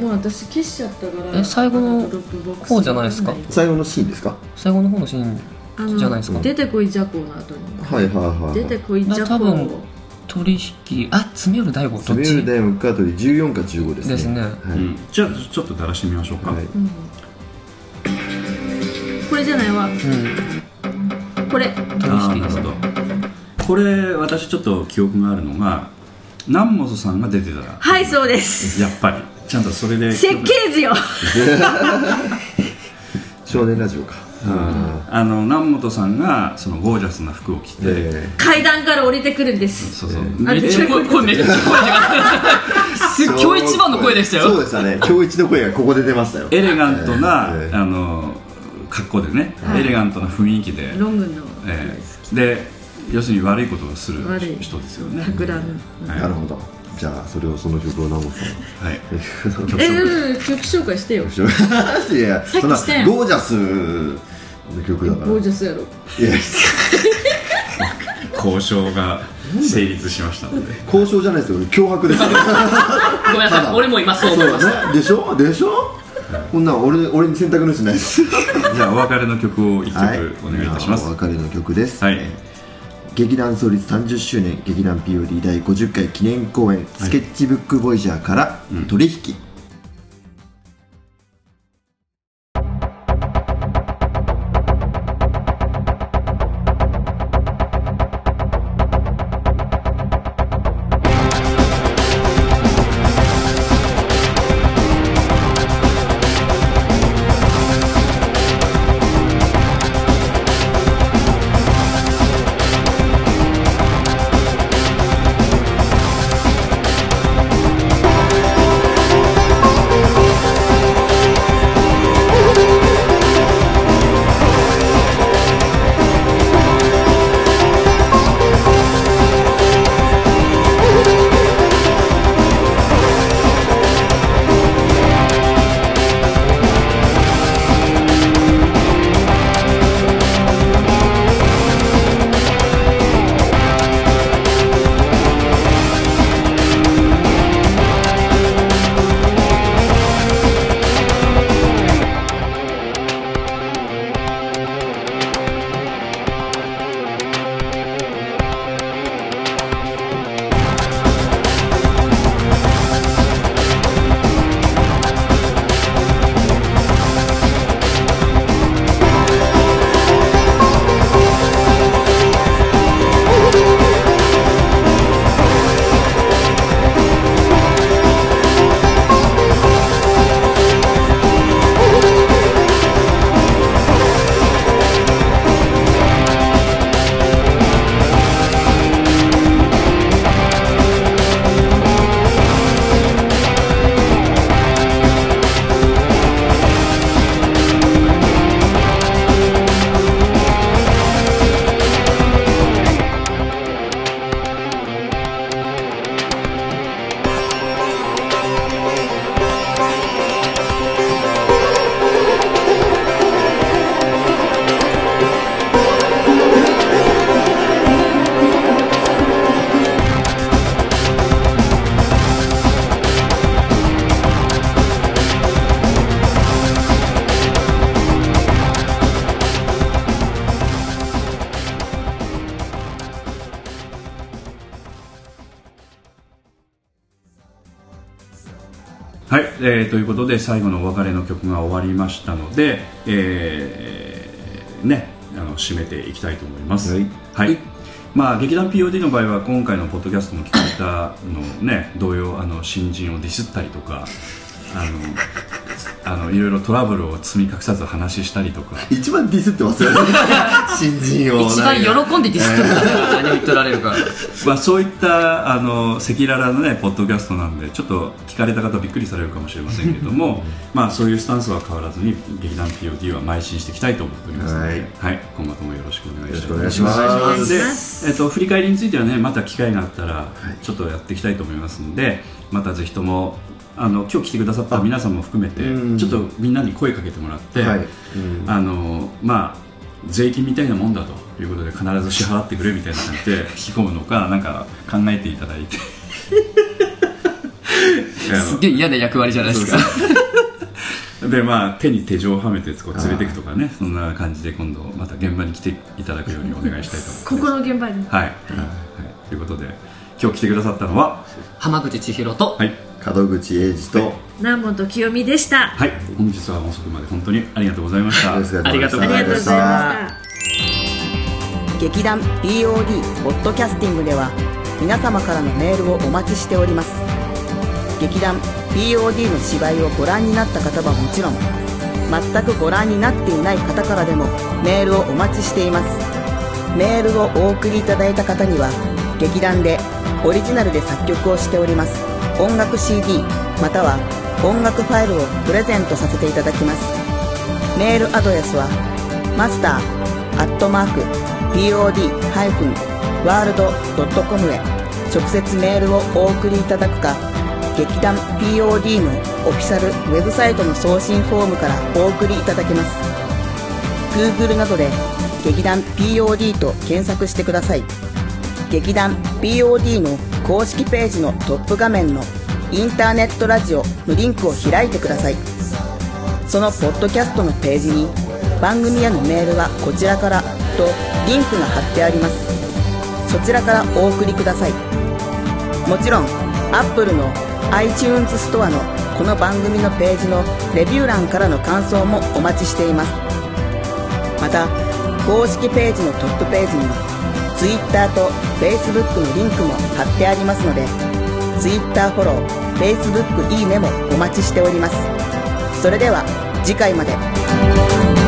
もう私消しちゃったからえ最後のドロップボックス方じゃないですか最後のシーンですか最後の方のシーンあのじゃないですか出てこいジャコの後にはいはいはい、はい、出てこいジャコ多分を取引あ詰める大悟どっ詰めちるダイムカートで14か15ですねですねはい、うんじゃあちょっと鳴らしてみましょうか、はいうんこれじゃないわうんこれああ取引なでるほすどこれ私ちょっと記憶があるのが南本さんが出てたらはいそうですやっぱりちゃんとそれで設計図よ少年ラジオかうんあの南本さんがそのゴージャスな服を着て、え階段から降りてくるんですそうそう、めっちゃ声声めっちゃ声がすえ 今日一番の声でしたそうよでし たね今日一の声がここで出ましたよエレガントな、ええあの格好でね、エレガントな雰囲気で、ロングのええで要するに悪いことをする悪い人ですよね企むはいなるほどじゃあそれをその曲を直すはいのえうん曲紹介してよいやさっそきんなしてんゴージャスの曲だからゴージャスやろいや交渉が成立しましたので交渉じゃないですよ脅迫ですよごめんなさい俺も今そうそう思いましただねでしょでしょこんなん俺俺に選択のしないですじゃあお別れの曲を一曲お願いいたしますおは別れの曲ですい、劇団創立30周年劇団 POD 第50回記念公演「スケッチブックボイジャー」からうん「取引」 「はい、えーということで最後のお別れの曲が終わりましたので、えーね、あの締めていきたいと思います、はいはいまあ、劇団 POD の場合は今回のポッドキャストも聞いたの、ね、同様あの新人をディスったりとかあのあのいろいろトラブルを積み隠さず話したりとか一番ディスってますよね新人を一番なんか喜んでディスってもらえるから何を言って られるからまあ、そういったあの赤裸々なねポッドキャストなんでちょっと聞かれた方びっくりされるかもしれませんけれども まあそういうスタンスは変わらずに劇団 POD は邁進していきたいと思っておりますので、ははいい今後ともよろしくお願いよろししくお願まいすしますで、えっと、振り返りについてはねまた機会があったらちょっとやっていきたいと思いますのでまたぜひともあの今日来てくださった皆さんも含めてうんちょっとみんなに声かけてもらって、はい、うんあのまあ税金みたいなもんだということで必ず支払ってくれみたいな感じで引き込むの かなんか考えていただいてあのすっげえ嫌な役割じゃないですかでまあ手に手錠をはめてこう連れていくとかねそんな感じで今度また現場に来ていただくようにお願いしたいと思いますここの現場にはい、はい、ということで今日来てくださったのは浜口千尋とはい、門口英二とよ南本清美でしたはい、本日は遅くまで本当にありがとうございましたろしくお願いしますありがとうありがとうございました劇団 POD ポッドキャスティングでは皆様からのメールをお待ちしております劇団 POD の芝居をご覧になった方はもちろん全くご覧になっていない方からでもメールをお待ちしていますメールをお送りいただいた方には劇団でオリジナルで作曲をしております音楽 CD または音楽ファイルをプレゼントさせていただきますメールアドレスはマスターアットマーク pod-world.com へ直接メールをお送りいただくか劇団 POD のオフィシャルウェブサイトの送信フォームからお送りいただけます Google などで劇団 POD と検索してください劇団 POD の公式ページのトップ画面のインターネットラジオのリンクを開いてくださいそのポッドキャストのページに番組へのメールはこちらからとリンクが貼ってありますそちらからお送りくださいもちろん Apple の iTunes ストアのこの番組のページのレビュー欄からの感想もお待ちしていますまた公式ページのトップページに Twitter と Facebook のリンクも貼ってありますので Twitter フォロー Facebook いいねもお待ちしておりますそれでは次回まで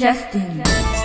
キャスティング